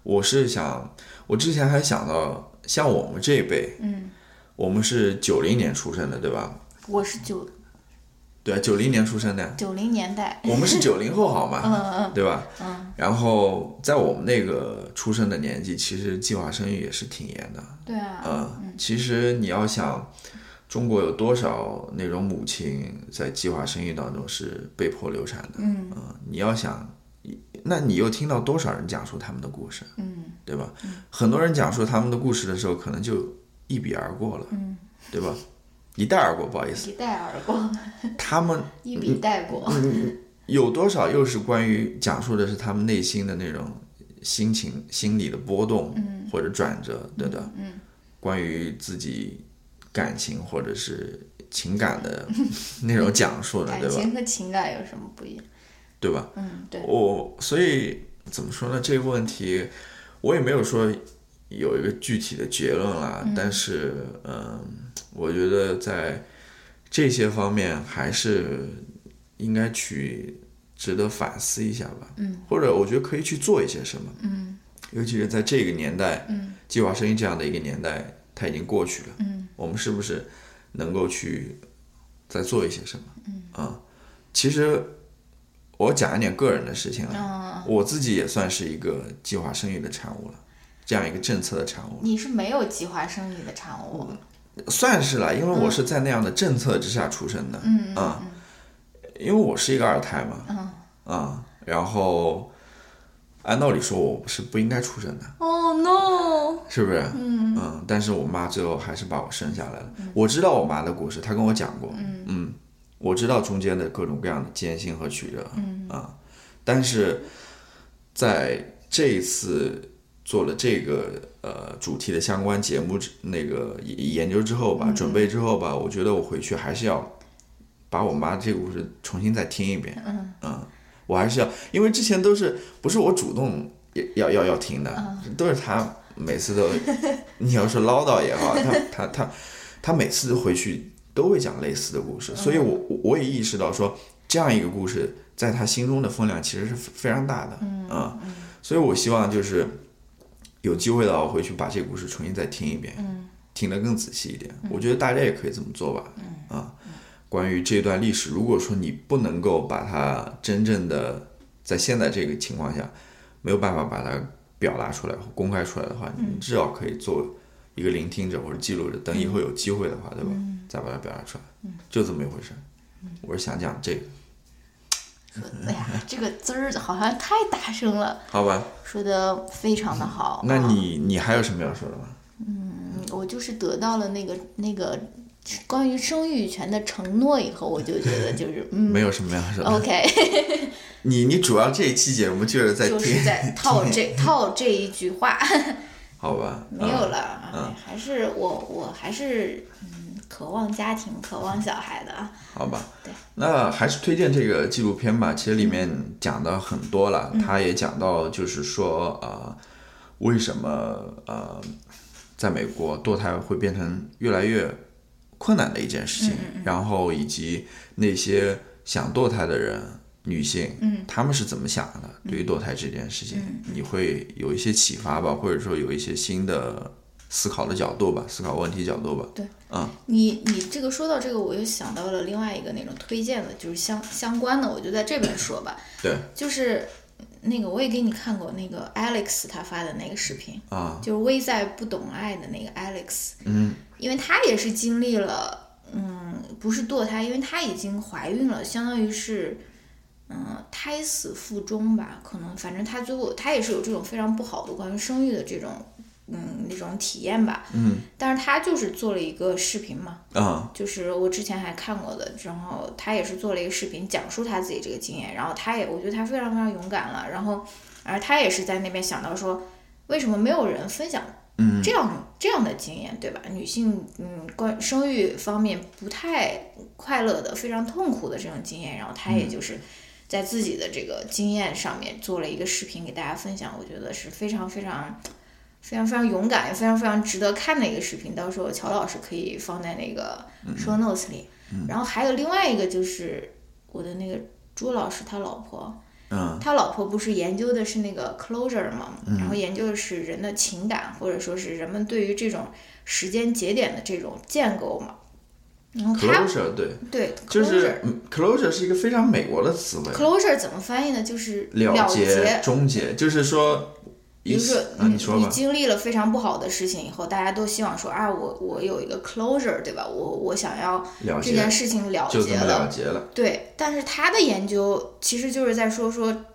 [SPEAKER 2] 我是想，我之前还想到，像我们这一辈，
[SPEAKER 1] 嗯，
[SPEAKER 2] 我们是九零年出生的，对吧？
[SPEAKER 1] 我是九
[SPEAKER 2] 对啊，九零年出生的，
[SPEAKER 1] 九零年代，
[SPEAKER 2] 我们是九零后，好吗？嗯嗯，对吧？嗯。然后在我们那个出生的年纪，其实计划生育也是挺严的。
[SPEAKER 1] 对啊，
[SPEAKER 2] 嗯，其实你要想，中国有多少那种母亲在计划生育当中是被迫流产的？
[SPEAKER 1] 嗯
[SPEAKER 2] 嗯，你要想，那你又听到多少人讲述他们的故事，
[SPEAKER 1] 嗯
[SPEAKER 2] 对吧？很多人讲述他们的故事的时候，可能就一笔而过了，
[SPEAKER 1] 嗯，
[SPEAKER 2] 对吧？一带而过，不好 意思，
[SPEAKER 1] 一带而过，
[SPEAKER 2] 他们
[SPEAKER 1] 一笔带过，
[SPEAKER 2] 嗯有多少又是关于讲述的是他们内心的那种心情、心理的波动，或者转折，对的，
[SPEAKER 1] 嗯嗯
[SPEAKER 2] 关于自己感情或者是情感的 那种讲述的，
[SPEAKER 1] 感
[SPEAKER 2] 对吧？
[SPEAKER 1] 情和情感有什么不一样？
[SPEAKER 2] 对吧？
[SPEAKER 1] 嗯，对，
[SPEAKER 2] 我所以怎么说呢？这个问题我也没有说有一个具体的结论啦，但是嗯，我觉得在这些方面还是应该去值得反思一下吧。
[SPEAKER 1] 嗯，
[SPEAKER 2] 或者我觉得可以去做一些什么。
[SPEAKER 1] 嗯
[SPEAKER 2] 尤其是在这个年代，
[SPEAKER 1] 嗯
[SPEAKER 2] 计划生育这样的一个年代，它已经过去了。
[SPEAKER 1] 嗯，
[SPEAKER 2] 我们是不是能够去再做一些什么？嗯啊，其实我讲一点个人的事情啊，
[SPEAKER 1] 嗯，
[SPEAKER 2] 我自己也算是一个计划生育的产物了，这样一个政策的产物，
[SPEAKER 1] 你是没有计划生育的产物，
[SPEAKER 2] 算是了，因为我是在那样的政策之下出生的。
[SPEAKER 1] 嗯嗯
[SPEAKER 2] 啊，因为我是一个二胎嘛，
[SPEAKER 1] 嗯
[SPEAKER 2] 啊，然后按道理说我是不应该出生的，
[SPEAKER 1] 哦 no，
[SPEAKER 2] 是不是？嗯但是我妈最后还是把我生下来了。我知道我妈的故事，她跟我讲过。嗯我知道中间的各种各样的艰辛和曲折。嗯啊，但是在这一次做了这个呃主题的相关节目之那个研研究之后吧，准备之后吧，我觉得我回去还是要把我妈这个故事重新再听一遍。嗯我还是要，因为之前都是不是我主动也要要要听的，都是她每次都， 你要是唠叨也好，她她她她每次回去都会讲类似的故事，所以我我我也意识到说这样一个故事在她心中的分量其实是非常大的。嗯所以我希望就是有机会的话，我回去把这个故事重新再听一遍，听得更仔细一点。我觉得大家也可以这么做吧。啊，关于这段历史，如果说你不能够把它真正的在现在这个
[SPEAKER 1] 嗯
[SPEAKER 2] 情况下没有办法把它表达出来、公开出来的话，你至少可以做一个聆听者或者记录者，等以后有机会的话，对吧？
[SPEAKER 1] 嗯
[SPEAKER 2] 再把它表达出来，就这么一回事。我是想讲这个，
[SPEAKER 1] 说哎呀，这个滋儿好像太大声了，
[SPEAKER 2] 好吧？
[SPEAKER 1] 说的非常的好。
[SPEAKER 2] 嗯那你你还有什么要说的吗？
[SPEAKER 1] 嗯，我就是得到了那个那个关于生育权的承诺以后，我就觉得就是嗯
[SPEAKER 2] 没有什么要说的。
[SPEAKER 1] ，OK，
[SPEAKER 2] 你你主要这一期节目就是在
[SPEAKER 1] 就
[SPEAKER 2] 听，
[SPEAKER 1] 是在套这套这一句话。
[SPEAKER 2] 好吧？
[SPEAKER 1] 没有
[SPEAKER 2] 嗯
[SPEAKER 1] 了，啊，还是我我还是嗯，渴望家庭，渴望小孩的啊。
[SPEAKER 2] 好吧
[SPEAKER 1] 对，
[SPEAKER 2] 那还是推荐这个纪录片吧。其实里面讲到很多了，他也讲到就是说呃，为什么呃，在美国堕胎会变成越来越困难的一件事情，然后以及那些想堕胎的人。女性，嗯，她们是怎么想的？对于堕胎这件事情，你会有一些启发吧，或者说有一些新的思考的角度吧，思考问题角度吧。
[SPEAKER 1] 对你你这个说到这个，我又想到了另外一个那种推荐的，就是相相关的，我就在这边说吧。
[SPEAKER 2] 对，
[SPEAKER 1] 就是那个我也给你看过那个 Alex 他发的那个视频，
[SPEAKER 2] 啊，
[SPEAKER 1] 就是危在不懂爱的那个 Alex，
[SPEAKER 2] 嗯，
[SPEAKER 1] 因为他也是经历了。嗯，不是堕胎，因为她已经怀孕了，相当于是，嗯，胎死腹中吧，可能反正她最后她也是有这种非常不好的关于生育的这种，嗯，那种体验吧。
[SPEAKER 2] 嗯，
[SPEAKER 1] 但是她就是做了一个视频嘛，
[SPEAKER 2] 啊，
[SPEAKER 1] 就是我之前还看过的，然后她也是做了一个视频讲述她自己这个经验，然后她也我觉得她非常非常勇敢了，然后而她也是在那边想到说，为什么没有人分享
[SPEAKER 2] 嗯
[SPEAKER 1] 这样这样的经验，对吧？女性嗯关生育方面不太快乐的，非常痛苦的这种经验，然后她也就是在自己的这个经验上面做了一个视频给大家分享，我觉得是非常非常。非常非常勇敢，也非常非常值得看的一个视频，到时候乔老师可以放在那个
[SPEAKER 2] 嗯
[SPEAKER 1] show notes 里。然后还有另外一个就是我的那个朱老师他老婆，
[SPEAKER 2] 嗯
[SPEAKER 1] 他老婆不是研究的是那个 closure 嘛，然后研究的是人的情感，或者说是人们对于这种时间节点的这种建构嘛。然后他
[SPEAKER 2] ，closure 对，
[SPEAKER 1] 对
[SPEAKER 2] 就
[SPEAKER 1] closure
[SPEAKER 2] 是嗯 closure 是一个非常美国的词汇，
[SPEAKER 1] closure 怎么翻译呢？就是
[SPEAKER 2] 了
[SPEAKER 1] 结。
[SPEAKER 2] 终结，就是说，
[SPEAKER 1] 比
[SPEAKER 2] 一
[SPEAKER 1] 如说
[SPEAKER 2] 次，啊，你说吧，
[SPEAKER 1] 经历了非常不好的事情以后，大家都希望说啊，我我有一个 closure，对吧？我我想要
[SPEAKER 2] 了
[SPEAKER 1] 这
[SPEAKER 2] 结
[SPEAKER 1] 件，事情了
[SPEAKER 2] 就这
[SPEAKER 1] 结
[SPEAKER 2] 么
[SPEAKER 1] 了
[SPEAKER 2] 了，结了，
[SPEAKER 1] 对，但是他的研究其实就是在说说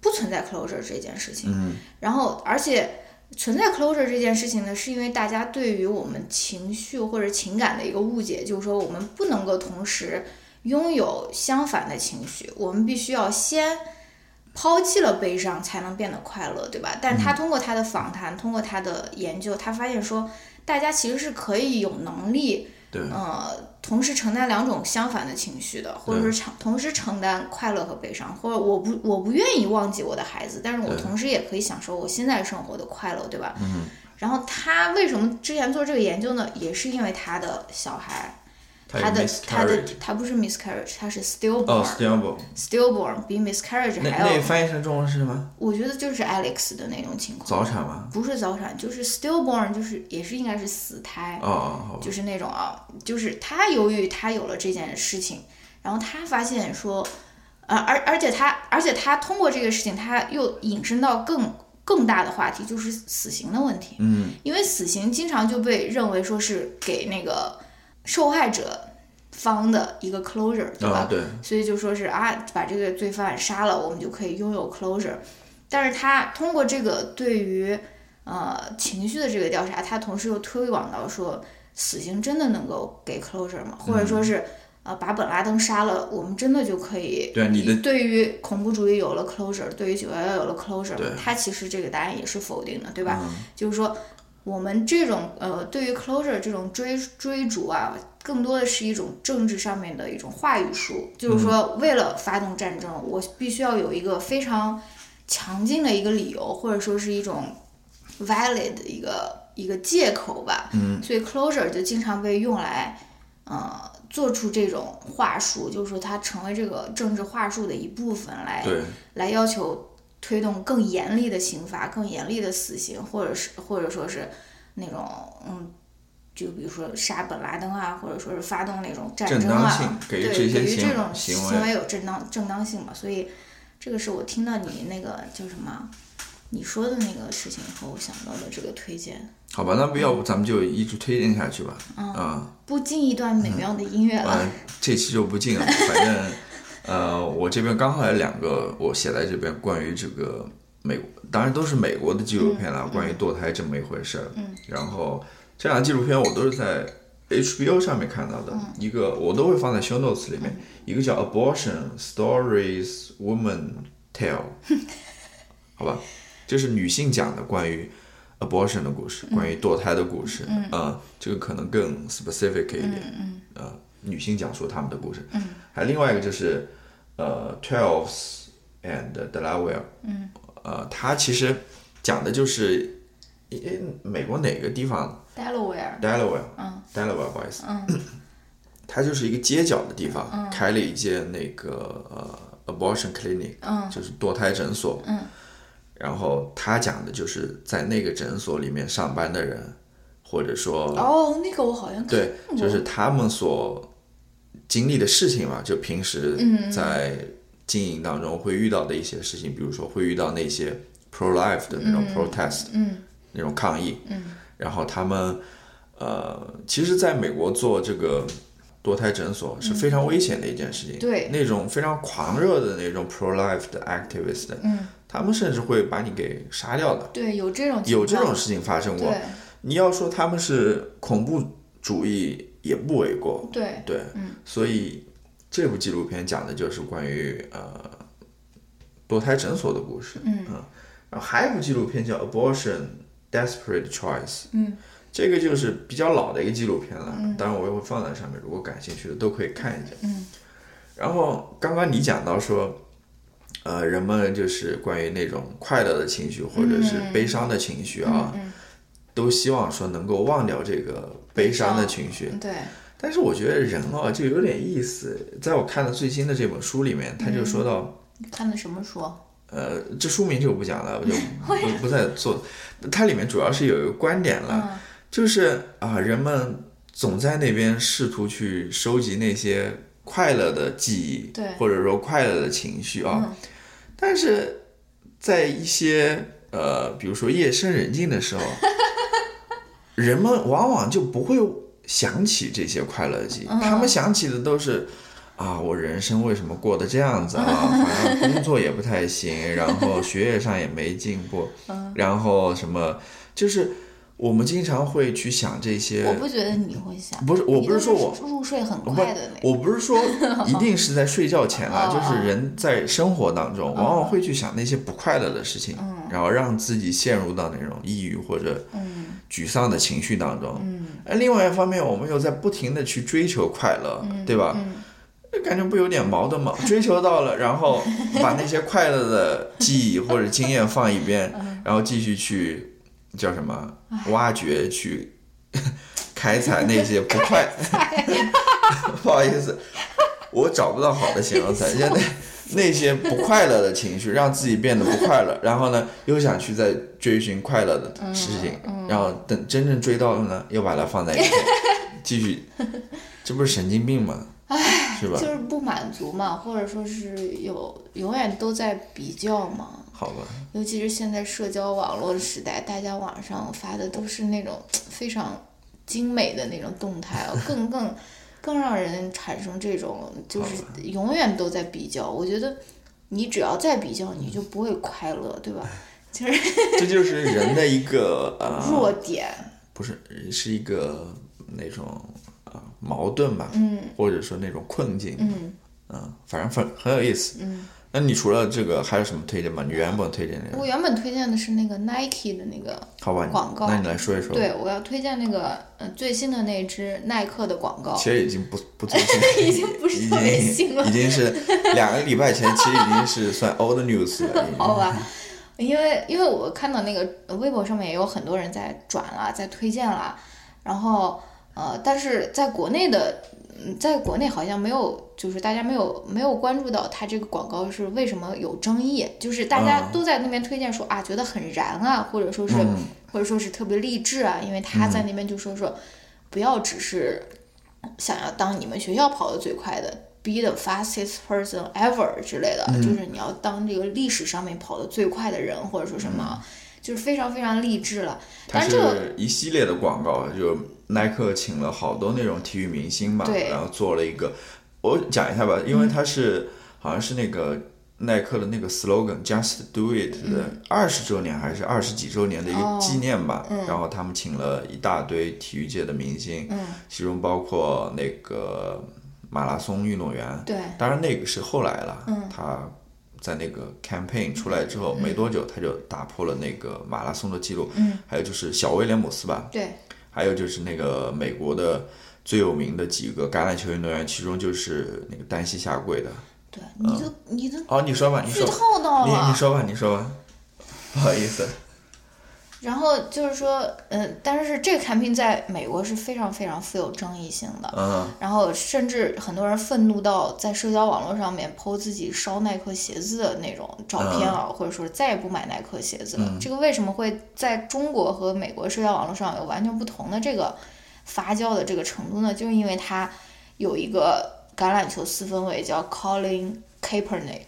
[SPEAKER 1] 不存在 closure 这件事情，
[SPEAKER 2] 嗯
[SPEAKER 1] 然后而且存在 closure 这件事情呢，是因为大家对于我们情绪或者情感的一个误解，就是说我们不能够同时拥有相反的情绪，我们必须要先。抛弃了悲伤，才能变得快乐，对吧？但是他通过他的访谈，通过他的研究，他发现说，大家其实是可以有能力
[SPEAKER 2] 对，
[SPEAKER 1] 呃，同时承担两种相反的情绪的，或者说承同时承担快乐和悲伤，或者我不我不愿意忘记我的孩子，但是我
[SPEAKER 2] 对
[SPEAKER 1] 同时也可以享受我现在生活的快乐，对吧？嗯。然后他为什么之前做这个研究呢？也是因为他的小孩，他
[SPEAKER 2] 有
[SPEAKER 1] 的他的
[SPEAKER 2] miscarriage，
[SPEAKER 1] 他不是 miscarriage，他是
[SPEAKER 2] 哦
[SPEAKER 1] stillborn，stillborn、
[SPEAKER 2] ，stable，
[SPEAKER 1] 比 miscarriage
[SPEAKER 2] 那
[SPEAKER 1] 还
[SPEAKER 2] 那
[SPEAKER 1] 要，
[SPEAKER 2] 翻译成中文是什么？
[SPEAKER 1] 我觉得就是 Alex 的那种情况，
[SPEAKER 2] 早产吗？
[SPEAKER 1] 不是早产，就是 stillborn，就是也是应该是死胎。
[SPEAKER 2] 哦哦，好吧，
[SPEAKER 1] 就是那种啊，就是他由于他有了这件事情，然后他发现说，呃，而而且他而且他通过这个事情，他又引申到更更大的话题，就是死刑的问题。
[SPEAKER 2] 嗯，
[SPEAKER 1] 因为死刑经常就被认为说是给那个受害者方的一个 closure，对吧？
[SPEAKER 2] 啊，对，
[SPEAKER 1] 所以就说是啊，把这个罪犯杀了，我们就可以拥有 closure。但是他通过这个对于呃情绪的这个调查，他同时又推广到说，死刑真的能够给 closure 吗？或者
[SPEAKER 2] 嗯
[SPEAKER 1] 说是、呃把本拉登杀了，我们真的就可以
[SPEAKER 2] 对啊你的
[SPEAKER 1] 对于恐怖主义有了 closure，对于九幺幺有了 closure，
[SPEAKER 2] 对嗯
[SPEAKER 1] 它其实这个答案也是否定的，对吧？就是说，我们这种呃，对于 closure 这种追追逐啊，更多的是一种政治上面的一种话语术，就是
[SPEAKER 2] 嗯
[SPEAKER 1] 说，为了发动战争，我必须要有一个非常强劲的一个理由，或者说是一种 valid 的一个一个借口吧。嗯，所以 closure 就经常被用来。呃，做出这种话术，就是说它成为这个政治话术的一部分来
[SPEAKER 2] 哦对，
[SPEAKER 1] 来要求推动更严厉的刑罚、更严厉的死刑，或者是或者说是那种嗯，就比如说杀本拉登啊，或者说是发动那种战
[SPEAKER 2] 正
[SPEAKER 1] 争啊，
[SPEAKER 2] 当性给予
[SPEAKER 1] 对，
[SPEAKER 2] 这些
[SPEAKER 1] 对于
[SPEAKER 2] 行
[SPEAKER 1] 这种
[SPEAKER 2] 行
[SPEAKER 1] 行
[SPEAKER 2] 为
[SPEAKER 1] 为有正当正当性嘛，所以这个是我听到你那个叫什么你说的那个事情和我想到的这个推荐，
[SPEAKER 2] 好吧，那不要不咱们就一直推荐下去吧。
[SPEAKER 1] 嗯
[SPEAKER 2] 啊、
[SPEAKER 1] 不经一段美妙的音乐
[SPEAKER 2] 嗯，
[SPEAKER 1] 了
[SPEAKER 2] 呃。，这期就不进了， 反正呃，我这边刚好有两个，我写在这边关于这个美国，当然都是美国的纪录片啦，关于堕胎这么一回事儿。嗯，然后这两个纪录片我都是在 HBO 上面看到的，一个我都会放在 show notes 里面，一个叫 Abortion Stories Women Tell，好吧，这是女性讲的关于 abortion 的故事，关于堕胎的故事，嗯、这个可能更 specific 一点，嗯呃，女性讲述她们的故事，嗯，还有另外一个就是呃 Twelves and Delaware，嗯，呃，它其实讲的就是。诶美国哪个地方
[SPEAKER 1] Delaware，
[SPEAKER 2] Delaware，嗯，Delaware，不好意思，嗯， 它就是一个街角的地方，开了一间那个呃 abortion clinic，嗯，就是堕胎诊所，嗯，然后他讲的就是在那个诊所里面上班的人，或者说
[SPEAKER 1] 哦，那个我好像看
[SPEAKER 2] 对，就是他们所经历的事情嘛，就平时
[SPEAKER 1] 嗯
[SPEAKER 2] 在经营当中会遇到的一些事情，比如说会遇到那些 pro life 的那种 protest，嗯，那种抗议，嗯，然后他们呃，其实在美国做这个。堕胎诊所是非常危险的一件事情，
[SPEAKER 1] 嗯对
[SPEAKER 2] 那种非常狂热的那种 pro life 的 activist，嗯，他们甚至会把你给杀掉的，
[SPEAKER 1] 对有这种情
[SPEAKER 2] 有这种
[SPEAKER 1] 况
[SPEAKER 2] 事情发生过，
[SPEAKER 1] 对
[SPEAKER 2] 你要说他们是恐怖主义也不为过，
[SPEAKER 1] 对
[SPEAKER 2] 对，所以这部纪录片讲的就是关于呃堕胎诊所的故事，嗯然后还有一部纪录片叫《Abortion Desperate Choice》，嗯，这个就是比较老的一个纪录片了，当然我也会放在上面，如果感兴趣的都可以看一下，嗯，然后刚刚你讲到说。呃，人们就是关于那种快乐的情绪或者是悲伤的情绪啊，都希望说能够忘掉这个悲伤的情绪。
[SPEAKER 1] 对，
[SPEAKER 2] 但是我觉得人啊，就有点意思。在我看的最新的这本书里面，他就说到，
[SPEAKER 1] 你看的什么书？
[SPEAKER 2] 呃，这书名就不讲了，我就不不再做。它里面主要是有一个观点了，就是啊、人们总在那边试图去收集那些快乐的记忆，
[SPEAKER 1] 对嗯
[SPEAKER 2] 或者说快乐的情绪啊，但是在一些呃，比如说夜深人静 的时候，人们往往就不会想起这些快乐记忆，
[SPEAKER 1] 嗯
[SPEAKER 2] 他们想起的都是。啊，我人生为什么过得这 样子啊？好像工作也不太行，然后学业上也没进步，
[SPEAKER 1] 嗯
[SPEAKER 2] 然后什么，就是我们经常会去想这些。
[SPEAKER 1] 我不觉得你会想，
[SPEAKER 2] 不是我
[SPEAKER 1] 你
[SPEAKER 2] 不
[SPEAKER 1] 都
[SPEAKER 2] 是说我
[SPEAKER 1] 入睡很
[SPEAKER 2] 不
[SPEAKER 1] 快的那，
[SPEAKER 2] 我不 是说一定是在睡觉前啦，
[SPEAKER 1] 哦
[SPEAKER 2] 就是人在生活当中往往会去想那些不快乐的事情，
[SPEAKER 1] 嗯
[SPEAKER 2] 然后让自己陷入到那种抑郁或者
[SPEAKER 1] 嗯
[SPEAKER 2] 沮丧的情绪当中。而另外一方面，我们又在不停的去追求快乐，
[SPEAKER 1] 嗯
[SPEAKER 2] 对吧？ 感觉不有点矛盾吗？追求到了，然后把那些快乐的记忆或者经验放一边，然后继续去叫什么挖掘去 开采那些不快。 不好意思，我找不到好的形容词。现在那些不快乐的情绪，让自己变得不快乐，然后呢，又想去再追寻快乐的事情，然后等真正追到了呢，又把它放在一边，继续，这不是神经病吗？是吧
[SPEAKER 1] 就？是不满足嘛，或者说是有永远都在比较嘛。
[SPEAKER 2] 好吧，
[SPEAKER 1] 尤其是现在社交网络时代，大家网上发的都是那种非常精美的那种动态哦， 更更更让人产生这种就是永远都在比较。我觉得你只要在比较，你就不会快乐，对吧？就是
[SPEAKER 2] 这就是人的一个呃，
[SPEAKER 1] 弱点，
[SPEAKER 2] 不是是一个那种呃矛盾吧，
[SPEAKER 1] 嗯
[SPEAKER 2] 或者说那种困境，嗯，反正很很有意思，嗯。那你除了这个还有什么推荐吗？你原本推荐那
[SPEAKER 1] 我
[SPEAKER 2] 个，
[SPEAKER 1] 原本推荐的是那个 Nike 的那个
[SPEAKER 2] 好吧，你
[SPEAKER 1] 广告
[SPEAKER 2] 那你来说一说。
[SPEAKER 1] 对，我要推荐那个呃最新的那支耐克的广告。
[SPEAKER 2] 其实已经不不最 新，
[SPEAKER 1] 已经不是特别新了
[SPEAKER 2] 已经是两个礼拜前，其实已经是算 old news 了。已经
[SPEAKER 1] 好吧，因为因为我看到那个微博上面也有很多人在转啦，在推荐啦，然后呃，但是在国内的，嗯，在国内好像没有，就是大家没有没有关注到它这个广告是为什么有争议，就是大家
[SPEAKER 2] 嗯
[SPEAKER 1] 都在那边推荐说、啊，觉得很燃啊，或者说是、或者说是特别励志啊，因为他
[SPEAKER 2] 嗯
[SPEAKER 1] 在那边就说说、不要只是想要当你们学校跑得最快的。 be the fastest person ever 之类的，
[SPEAKER 2] 嗯
[SPEAKER 1] 就是你要当这个历史上面跑得最快的人，或者说什么，就是非常非常励志了。
[SPEAKER 2] 嗯它
[SPEAKER 1] 但这个
[SPEAKER 2] 是一系列的广告，就耐克请了好多那种体育明星嘛，
[SPEAKER 1] 对嗯
[SPEAKER 2] 然后做了一个，我讲一下吧，因为它是、好像是那个耐克的那个 slogan “Just Do It” 的
[SPEAKER 1] 嗯
[SPEAKER 2] 二十周年还是二十几周年的一
[SPEAKER 1] 哦
[SPEAKER 2] 个纪念吧，然后他们请了一大堆体育界的明星，
[SPEAKER 1] 嗯
[SPEAKER 2] 其中包括那个马拉松运动员，
[SPEAKER 1] 对，嗯
[SPEAKER 2] 当然那个是后来了，他在那个 campaign 出来之后、没多久，他就打破了那个马拉松的记录。嗯，还有就是小威廉姆斯吧，
[SPEAKER 1] 对，
[SPEAKER 2] 还有就是那个美国的最有名的几个橄榄球运动员，其中就是那个单膝下跪的。
[SPEAKER 1] 对，你都你都
[SPEAKER 2] 哦，你说吧，你
[SPEAKER 1] 剧
[SPEAKER 2] 说吧，
[SPEAKER 1] 透到
[SPEAKER 2] 你
[SPEAKER 1] 了
[SPEAKER 2] 你。说吧，你说吧，不好意思，
[SPEAKER 1] 然后就是说，嗯，但是这个产品在美国是非常非常富有争议性的，
[SPEAKER 2] 嗯，
[SPEAKER 1] 然后甚至很多人愤怒到在社交网络上面 po 自己烧耐克鞋子的那种照片啊，
[SPEAKER 2] 嗯
[SPEAKER 1] 或者说再也不买耐克鞋子了。这个为什么会在中国和美国社交网络上有完全不同的这个发酵的这个程度呢？就是因为它有一个橄榄球四分卫叫 Colin Kaepernick，、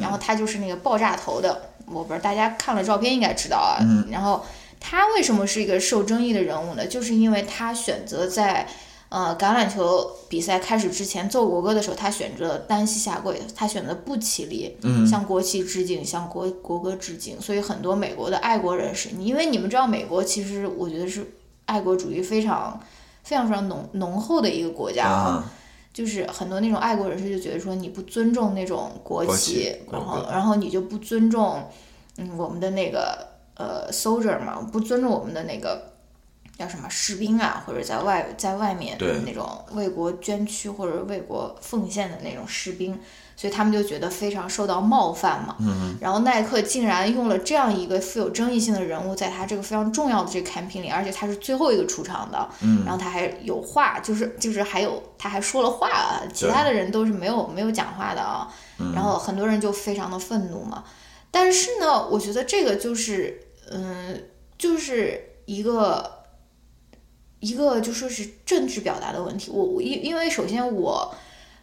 [SPEAKER 1] 然后他就是那个爆炸头的，我不知道大家看了照片应该知道啊。然后他为什么是一个受争议的人物呢？就是因为他选择在呃橄榄球比赛开始之前奏国歌的时候，他选择单膝下跪，他选择不起立，向国旗致敬，向国国歌致敬。所以很多美国的爱国人士，你因为你们知道，美国其实我觉得是爱国主义非常。非常非常浓浓厚的一个国家啊，
[SPEAKER 2] 啊，
[SPEAKER 1] 就是很多那种爱国人士就觉得说你不尊重那种国
[SPEAKER 2] 国
[SPEAKER 1] 旗，嗯
[SPEAKER 2] 旗
[SPEAKER 1] 然
[SPEAKER 2] 国
[SPEAKER 1] 后
[SPEAKER 2] 歌
[SPEAKER 1] 然后你就不尊重，嗯，我们的那个呃 soldier 嘛，不尊重我们的那个叫什么士兵啊，或者在外在外面
[SPEAKER 2] 对
[SPEAKER 1] 那种为国捐躯或者为国奉献的那种士兵，所以他们就觉得非常受到冒犯嘛。嗯、然后耐克竟然用了这样一个富有争议性的人物，在他这个非常重要的这个产品里，而且他是最后一个出场的，嗯、然后他还有话，就是就是还有他还说了话啊，其他的人都是没有没有讲话的啊。然后很多人就非常的愤怒嘛。但是呢，我觉得这个就是，嗯，就是一个一个就说是政治表达的问题。我我因因为首先我，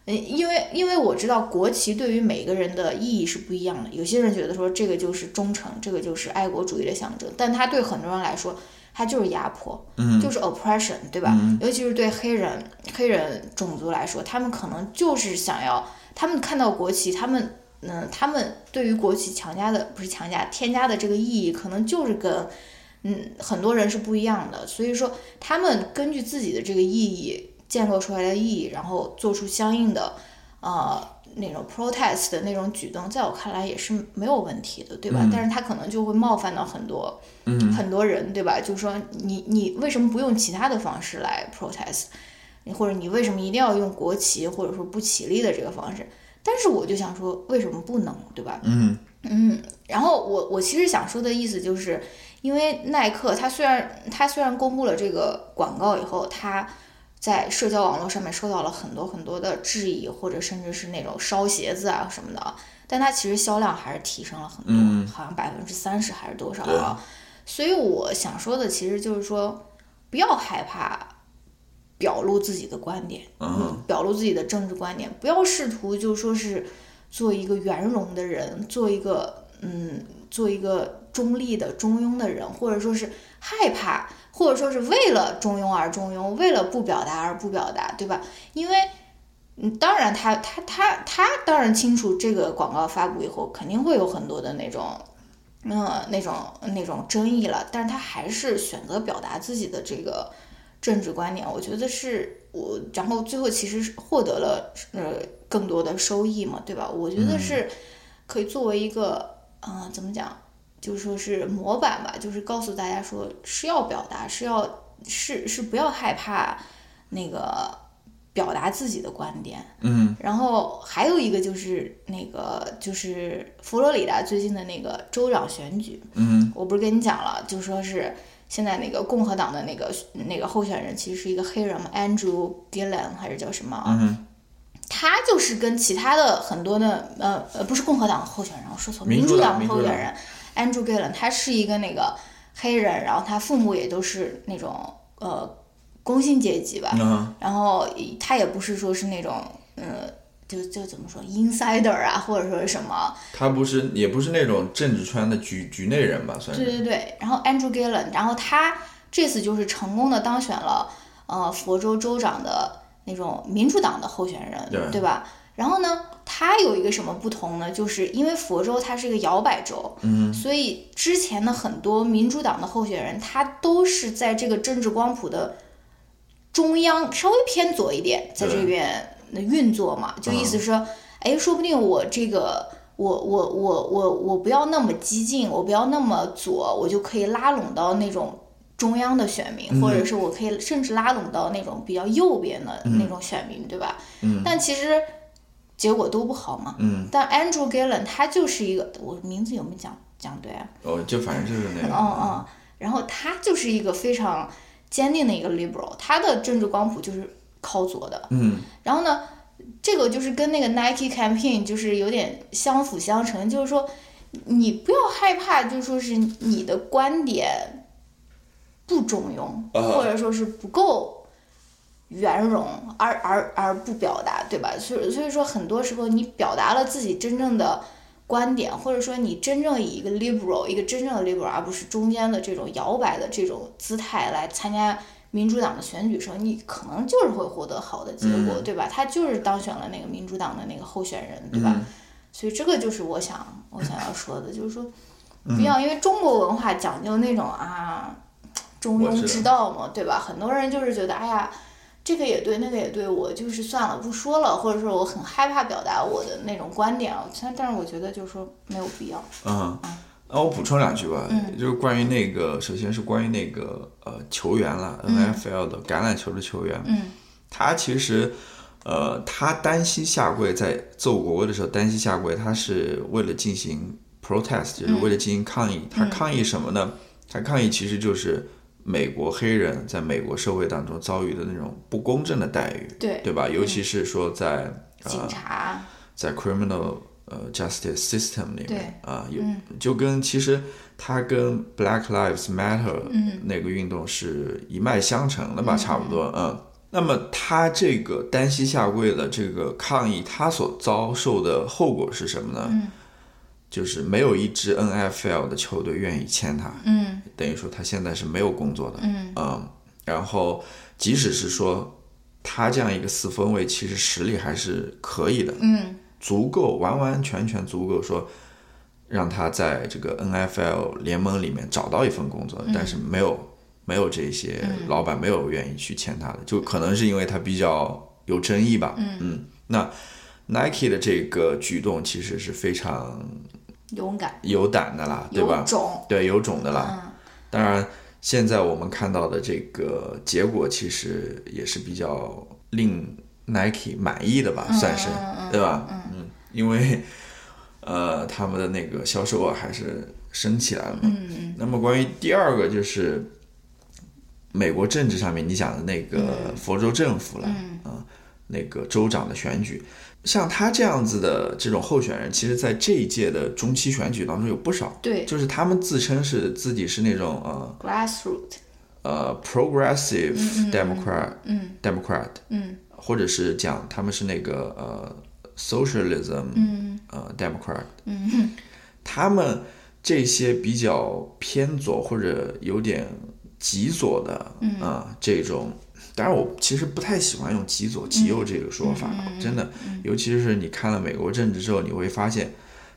[SPEAKER 1] 嗯，因为因为我知道国旗对于每个人的意义是不一样的。有些人觉得说这个就是忠诚，这个就是爱国主义的象征，但它对很多人来说。它就是压迫，嗯，就是 oppression，对吧？尤其是对黑人、黑人种族来说，他们可能就是想要，他们看到国旗，他们嗯，他们对于国旗强加的不是强加添加的这个意义，可能就是跟嗯很多人是不一样的。所以说，他们根据自己的这个意义建构出来的意义，然后做出相应的呃那种 protest 的那种举动，在我看来也是没有问题的，对吧？但是他可能就会冒犯到很多、很多人，对吧？就说你你为什么不用其他的方式来 protest？你或者你为什么一定要用国旗或者说不起立的这个方式？但是我就想说，为什么不能，对吧？
[SPEAKER 2] 嗯
[SPEAKER 1] 嗯，然后我我其实想说的意思就是，因为耐克它虽然它虽然公布了这个广告以后，它在社交网络上面受到了很多很多的质疑，或者甚至是那种烧鞋子啊什么的，但它其实销量还是提升了很多，好像百分之三十还是多少啊。所以我想说的其实就是说，不要害怕表露自己的观点，
[SPEAKER 2] 嗯
[SPEAKER 1] 表露自己的政治观点，不要试图就说是做一个圆融的人，做一个嗯，做一个中立的、中庸的人，或者说是害怕，或者说是为了中庸而中庸，为了不表达而不表达，对吧？因为嗯，当然他他他他当然清楚这个广告发布以后肯定会有很多的那种。嗯，那种那种争议了，但是他还是选择表达自己的这个政治观点，我觉得是我，然后最后其实是获得了呃更多的收益嘛，对吧？我觉得是可以作为一个嗯、呃怎么讲，就是说是模板吧，就是告诉大家说是要表达，是要是是不要害怕那个表达自己的观点，
[SPEAKER 2] 嗯，
[SPEAKER 1] 然后还有一个就是那个就是佛罗里达最近的那个州长选举，嗯，我不是跟你讲了，就说是现在那个共和党的那个那个候选人其实是一个黑人嘛，Andrew Gillen 还是叫什么
[SPEAKER 2] 嗯
[SPEAKER 1] 啊？他就是跟其他的很多的呃呃不是共和党候选人，我说错，
[SPEAKER 2] 民
[SPEAKER 1] 民
[SPEAKER 2] 主
[SPEAKER 1] 主
[SPEAKER 2] 党
[SPEAKER 1] 党候
[SPEAKER 2] 民主
[SPEAKER 1] 选
[SPEAKER 2] 党
[SPEAKER 1] 人 Andrew Gillen，他是一个那个黑人，然后他父母也都是那种呃工薪阶级吧，
[SPEAKER 2] 嗯
[SPEAKER 1] 然后他也不是说是那种，呃，就就怎么说 insider 啊，或者说是什么，
[SPEAKER 2] 他不是也不是那种政治圈的局局内人吧，算
[SPEAKER 1] 对
[SPEAKER 2] 是。
[SPEAKER 1] 对对。然后 Andrew Gillon，然后他这次就是成功的当选了呃佛州州长的那种民主党的候选人，
[SPEAKER 2] 对
[SPEAKER 1] 吧？然后呢，他有一个什么不同呢？就是因为佛州它是一个摇摆州，嗯，所以之前的很多民主党的候选人，他都是在这个政治光谱的中央稍微偏左一点，在这
[SPEAKER 2] 对嗯
[SPEAKER 1] 边运作嘛，就意思说，哎，说不定我这个。我我我我我不要那么激进，我不要那么左，我就可以拉拢到那种中央的选民，或者是我可以甚至拉拢到那种比较右边的那种选民，对吧？嗯。但其实结果都不好嘛。嗯。但 Andrew Gillon 他就是一个，我名字有没有讲讲对啊？
[SPEAKER 2] 哦，就反正就是
[SPEAKER 1] 嗯
[SPEAKER 2] 那个，
[SPEAKER 1] 嗯。然后他就是一个非常坚定的一个 liberal，他的政治光谱就是靠左的。
[SPEAKER 2] 嗯，
[SPEAKER 1] 然后呢，这个就是跟那个 Nike campaign 就是有点相辅相成，就是说你不要害怕，就说是你的观点不中用，
[SPEAKER 2] 啊
[SPEAKER 1] 或者说是不够圆融，而而而不表达，对吧？所以所以说，很多时候你表达了自己真正的。观点，或者说你真正以一个 liberal，一个真正的 liberal，而不是中间的这种摇摆的这种姿态来参加民主党的选举时候，你可能就是会获得好的结果，对吧？他就是当选了那个民主党的那个候选人，对吧？所以这个就是我想我想要说的，就是说
[SPEAKER 2] 嗯
[SPEAKER 1] 不要因为中国文化讲究那种啊中
[SPEAKER 2] 我知
[SPEAKER 1] 庸
[SPEAKER 2] 道
[SPEAKER 1] 之道嘛，对吧？很多人就是觉得哎呀。这个也对，那个也对，我就是算了，不说了，或者说我很害怕表达我的那种观点啊。但但是我觉得就是说没有必要。
[SPEAKER 2] 嗯，那我补充两句吧，
[SPEAKER 1] 嗯
[SPEAKER 2] 就是关于那个，首先是关于那个呃球员啦，NFL 的橄榄球的球员，
[SPEAKER 1] 嗯，
[SPEAKER 2] 他其实。呃，他单膝下跪在奏国歌的时候，单膝下跪，他是为了进行 protest，就是
[SPEAKER 1] 嗯
[SPEAKER 2] 为了进行抗议。他抗议什么呢？他抗议其实就是美国黑人在美国社会当中遭遇的那种不公正的待遇，
[SPEAKER 1] 对，嗯
[SPEAKER 2] 对吧？尤其是说在
[SPEAKER 1] 警察，
[SPEAKER 2] 在 criminal 呃 justice system 里
[SPEAKER 1] 对嗯
[SPEAKER 2] 面啊，有、就跟其实它跟 Black Lives Matter
[SPEAKER 1] 嗯
[SPEAKER 2] 那个运动是一脉相承的吧，差不多嗯。那么他这个单膝下跪的这个抗议，他所遭受的后果是什么呢？
[SPEAKER 1] 嗯
[SPEAKER 2] 就是没有一支 NFL 的球队愿意签他，
[SPEAKER 1] 嗯
[SPEAKER 2] 等于说他现在是没有工作的，啊
[SPEAKER 1] 嗯
[SPEAKER 2] 然后即使是说他这样一个四分卫，其实实力还是可以的，
[SPEAKER 1] 嗯
[SPEAKER 2] 足够完完全全足够说，让他在这个 NFL 联盟里面找到一份工作，但是没有没有这些老板没有愿意去签他的，就可能是因为他比较有争议吧。嗯那 Nike 的这个举动其实是非常
[SPEAKER 1] 勇敢，
[SPEAKER 2] 有胆的啦，对
[SPEAKER 1] 有
[SPEAKER 2] 吧？
[SPEAKER 1] 种，
[SPEAKER 2] 对，有种的啦。当然，现在我们看到的这个结果，其实也是比较令 Nike 满意的吧，
[SPEAKER 1] 嗯
[SPEAKER 2] 算是，对吧？嗯因为呃，他们的那个销售额还是升起来了嘛。嗯、那么关于第二个就是美国政治上面你讲的那
[SPEAKER 1] 嗯
[SPEAKER 2] 个佛州政府了，啊、那个州长的选举。像他这样子的这种候选人，其实，在这一届的中期选举当中有不少，
[SPEAKER 1] 对
[SPEAKER 2] 就是他们自称是自己是那种呃
[SPEAKER 1] ，grassroot，
[SPEAKER 2] 呃 progressive democrat，
[SPEAKER 1] 嗯
[SPEAKER 2] democrat，
[SPEAKER 1] 嗯
[SPEAKER 2] 或者是讲他们是那个呃 socialism，
[SPEAKER 1] 嗯
[SPEAKER 2] 呃 democrat，
[SPEAKER 1] 嗯
[SPEAKER 2] 他们这些比较偏左或者有点极左的啊、这种，当然我其实不太喜欢用极左极右这个说法，真的，尤其是你看了美国政治之后，你会发现。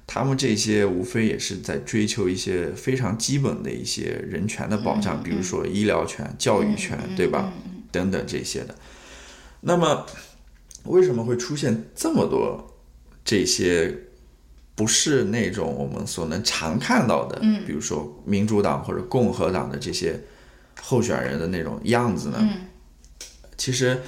[SPEAKER 2] 他们这些无非也是在追求一些非常基本的一些人权的保障，比如说医疗权、教育权，对吧？等等这些的。那么，为什么会出现这么多这些不是那种我们所能常看到的，比如说民主党或者共和党的这些候选人的那种样子呢？其实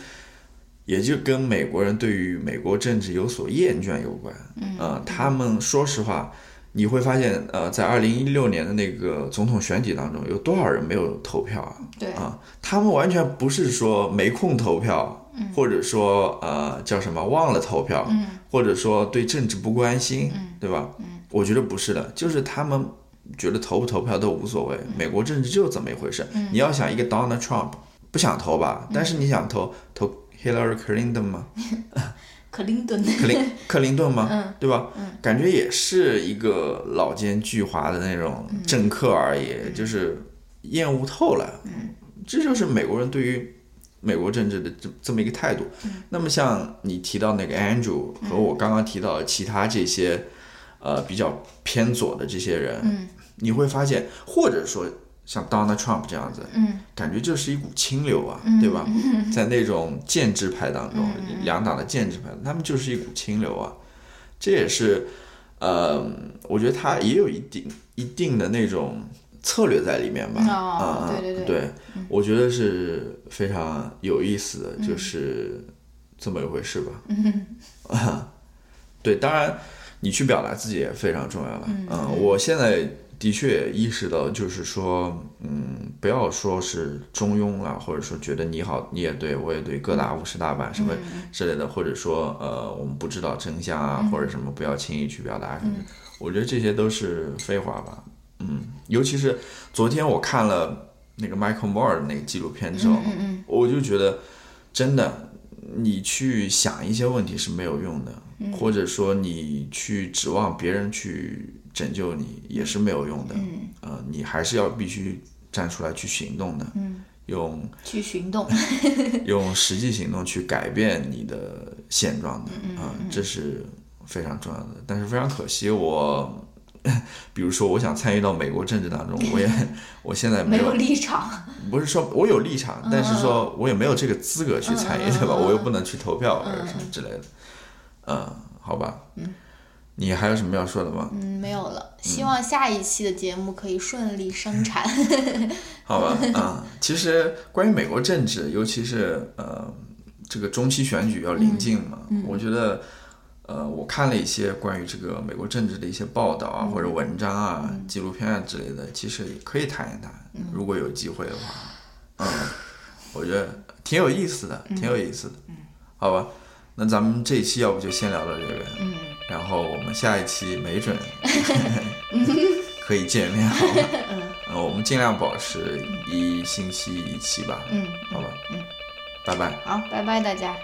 [SPEAKER 2] 也就跟美国人对于美国政治有所厌倦有关。嗯、呃，他们说实话。你会发现，呃，在二零一六年的那个总统选举当中，有多少人没有投票啊？
[SPEAKER 1] 对
[SPEAKER 2] 啊，他们完全不是说没空投票，或者说呃叫什么忘了投票，或者说对政治不关心，对吧？我觉得不是的，就是他们觉得投不投票都无所谓，美国政治就是这么一回事。你要想一个 Donald Trump 不想投吧，但是你想投投 Hillary Clinton 吗？
[SPEAKER 1] 克林顿，
[SPEAKER 2] 克林克林顿吗？对吧？感觉也是一个老奸巨猾的那种政客而已，就是厌恶透了。这就是美国人对于美国政治的这这么一个态度。那么像你提到那个 Andrew 和我刚刚提到的其他这些呃比较偏左的这些人，你会发现，或者说像 Donald Trump 这样子，
[SPEAKER 1] 嗯
[SPEAKER 2] 感觉就是一股清流啊，对吧？在那种建制派当
[SPEAKER 1] 嗯
[SPEAKER 2] 中，两党的建制派，他们就是一股清流啊。这也是，呃，我觉得他也有一定一定的那种策略在里面吧。
[SPEAKER 1] 哦
[SPEAKER 2] 啊、
[SPEAKER 1] 对对对嗯
[SPEAKER 2] 我觉得是非常有意思的，就是这么一回事吧。嗯，对，当然你去表达自己也非常重要了。嗯，我现在的确也意识到，就是说，嗯，不要说是中庸了，或者说觉得你好你也对我也对，各打五十大板什么之类的，或者说呃，我们不知道真相啊，或者什么，不要轻易去表达什么。我觉得这些都是废话吧。嗯，尤其是昨天我看了那个 Michael Moore 的那个纪录片
[SPEAKER 1] 嗯
[SPEAKER 2] 之后，我就觉得真的，你去想一些问题是没有用的，或者说你去指望别人去拯救你也是没有用的。嗯，呃，你还是要必须站出来去行动的。嗯，用
[SPEAKER 1] 去行 动。
[SPEAKER 2] 用实际行动去改变你的现状的啊、这是非常重要的。但是非常可惜，我 比如说我想参与到美国政治当中，我也 我现在
[SPEAKER 1] 没
[SPEAKER 2] 没有
[SPEAKER 1] 有立场，
[SPEAKER 2] 不是说我有立场，但是说我也没有这个资格去参与，对吧？我又不能去投票或者什么之类的，嗯，好吧，你还有什么要说的吗？
[SPEAKER 1] 嗯，没有了。希望下一期的节目可以顺利生产。
[SPEAKER 2] 好吧，啊、其实关于美国政治，尤其是呃这个中期选举要临近嘛，我觉得呃我看了一些关于这个美国政治的一些报道啊，或者文章啊、纪录片啊之类的，其实也可以谈一谈，如果有机会的话， 嗯，我觉得挺有意思的，挺有意思的，好吧，那咱们这一期要不就先聊到这边，嗯，然后我们下一期没 准可以见面，好吧？呃，我们尽量保持一星期一期吧。
[SPEAKER 1] 嗯，
[SPEAKER 2] 好吧，嗯，拜拜。
[SPEAKER 1] 好，拜拜大家。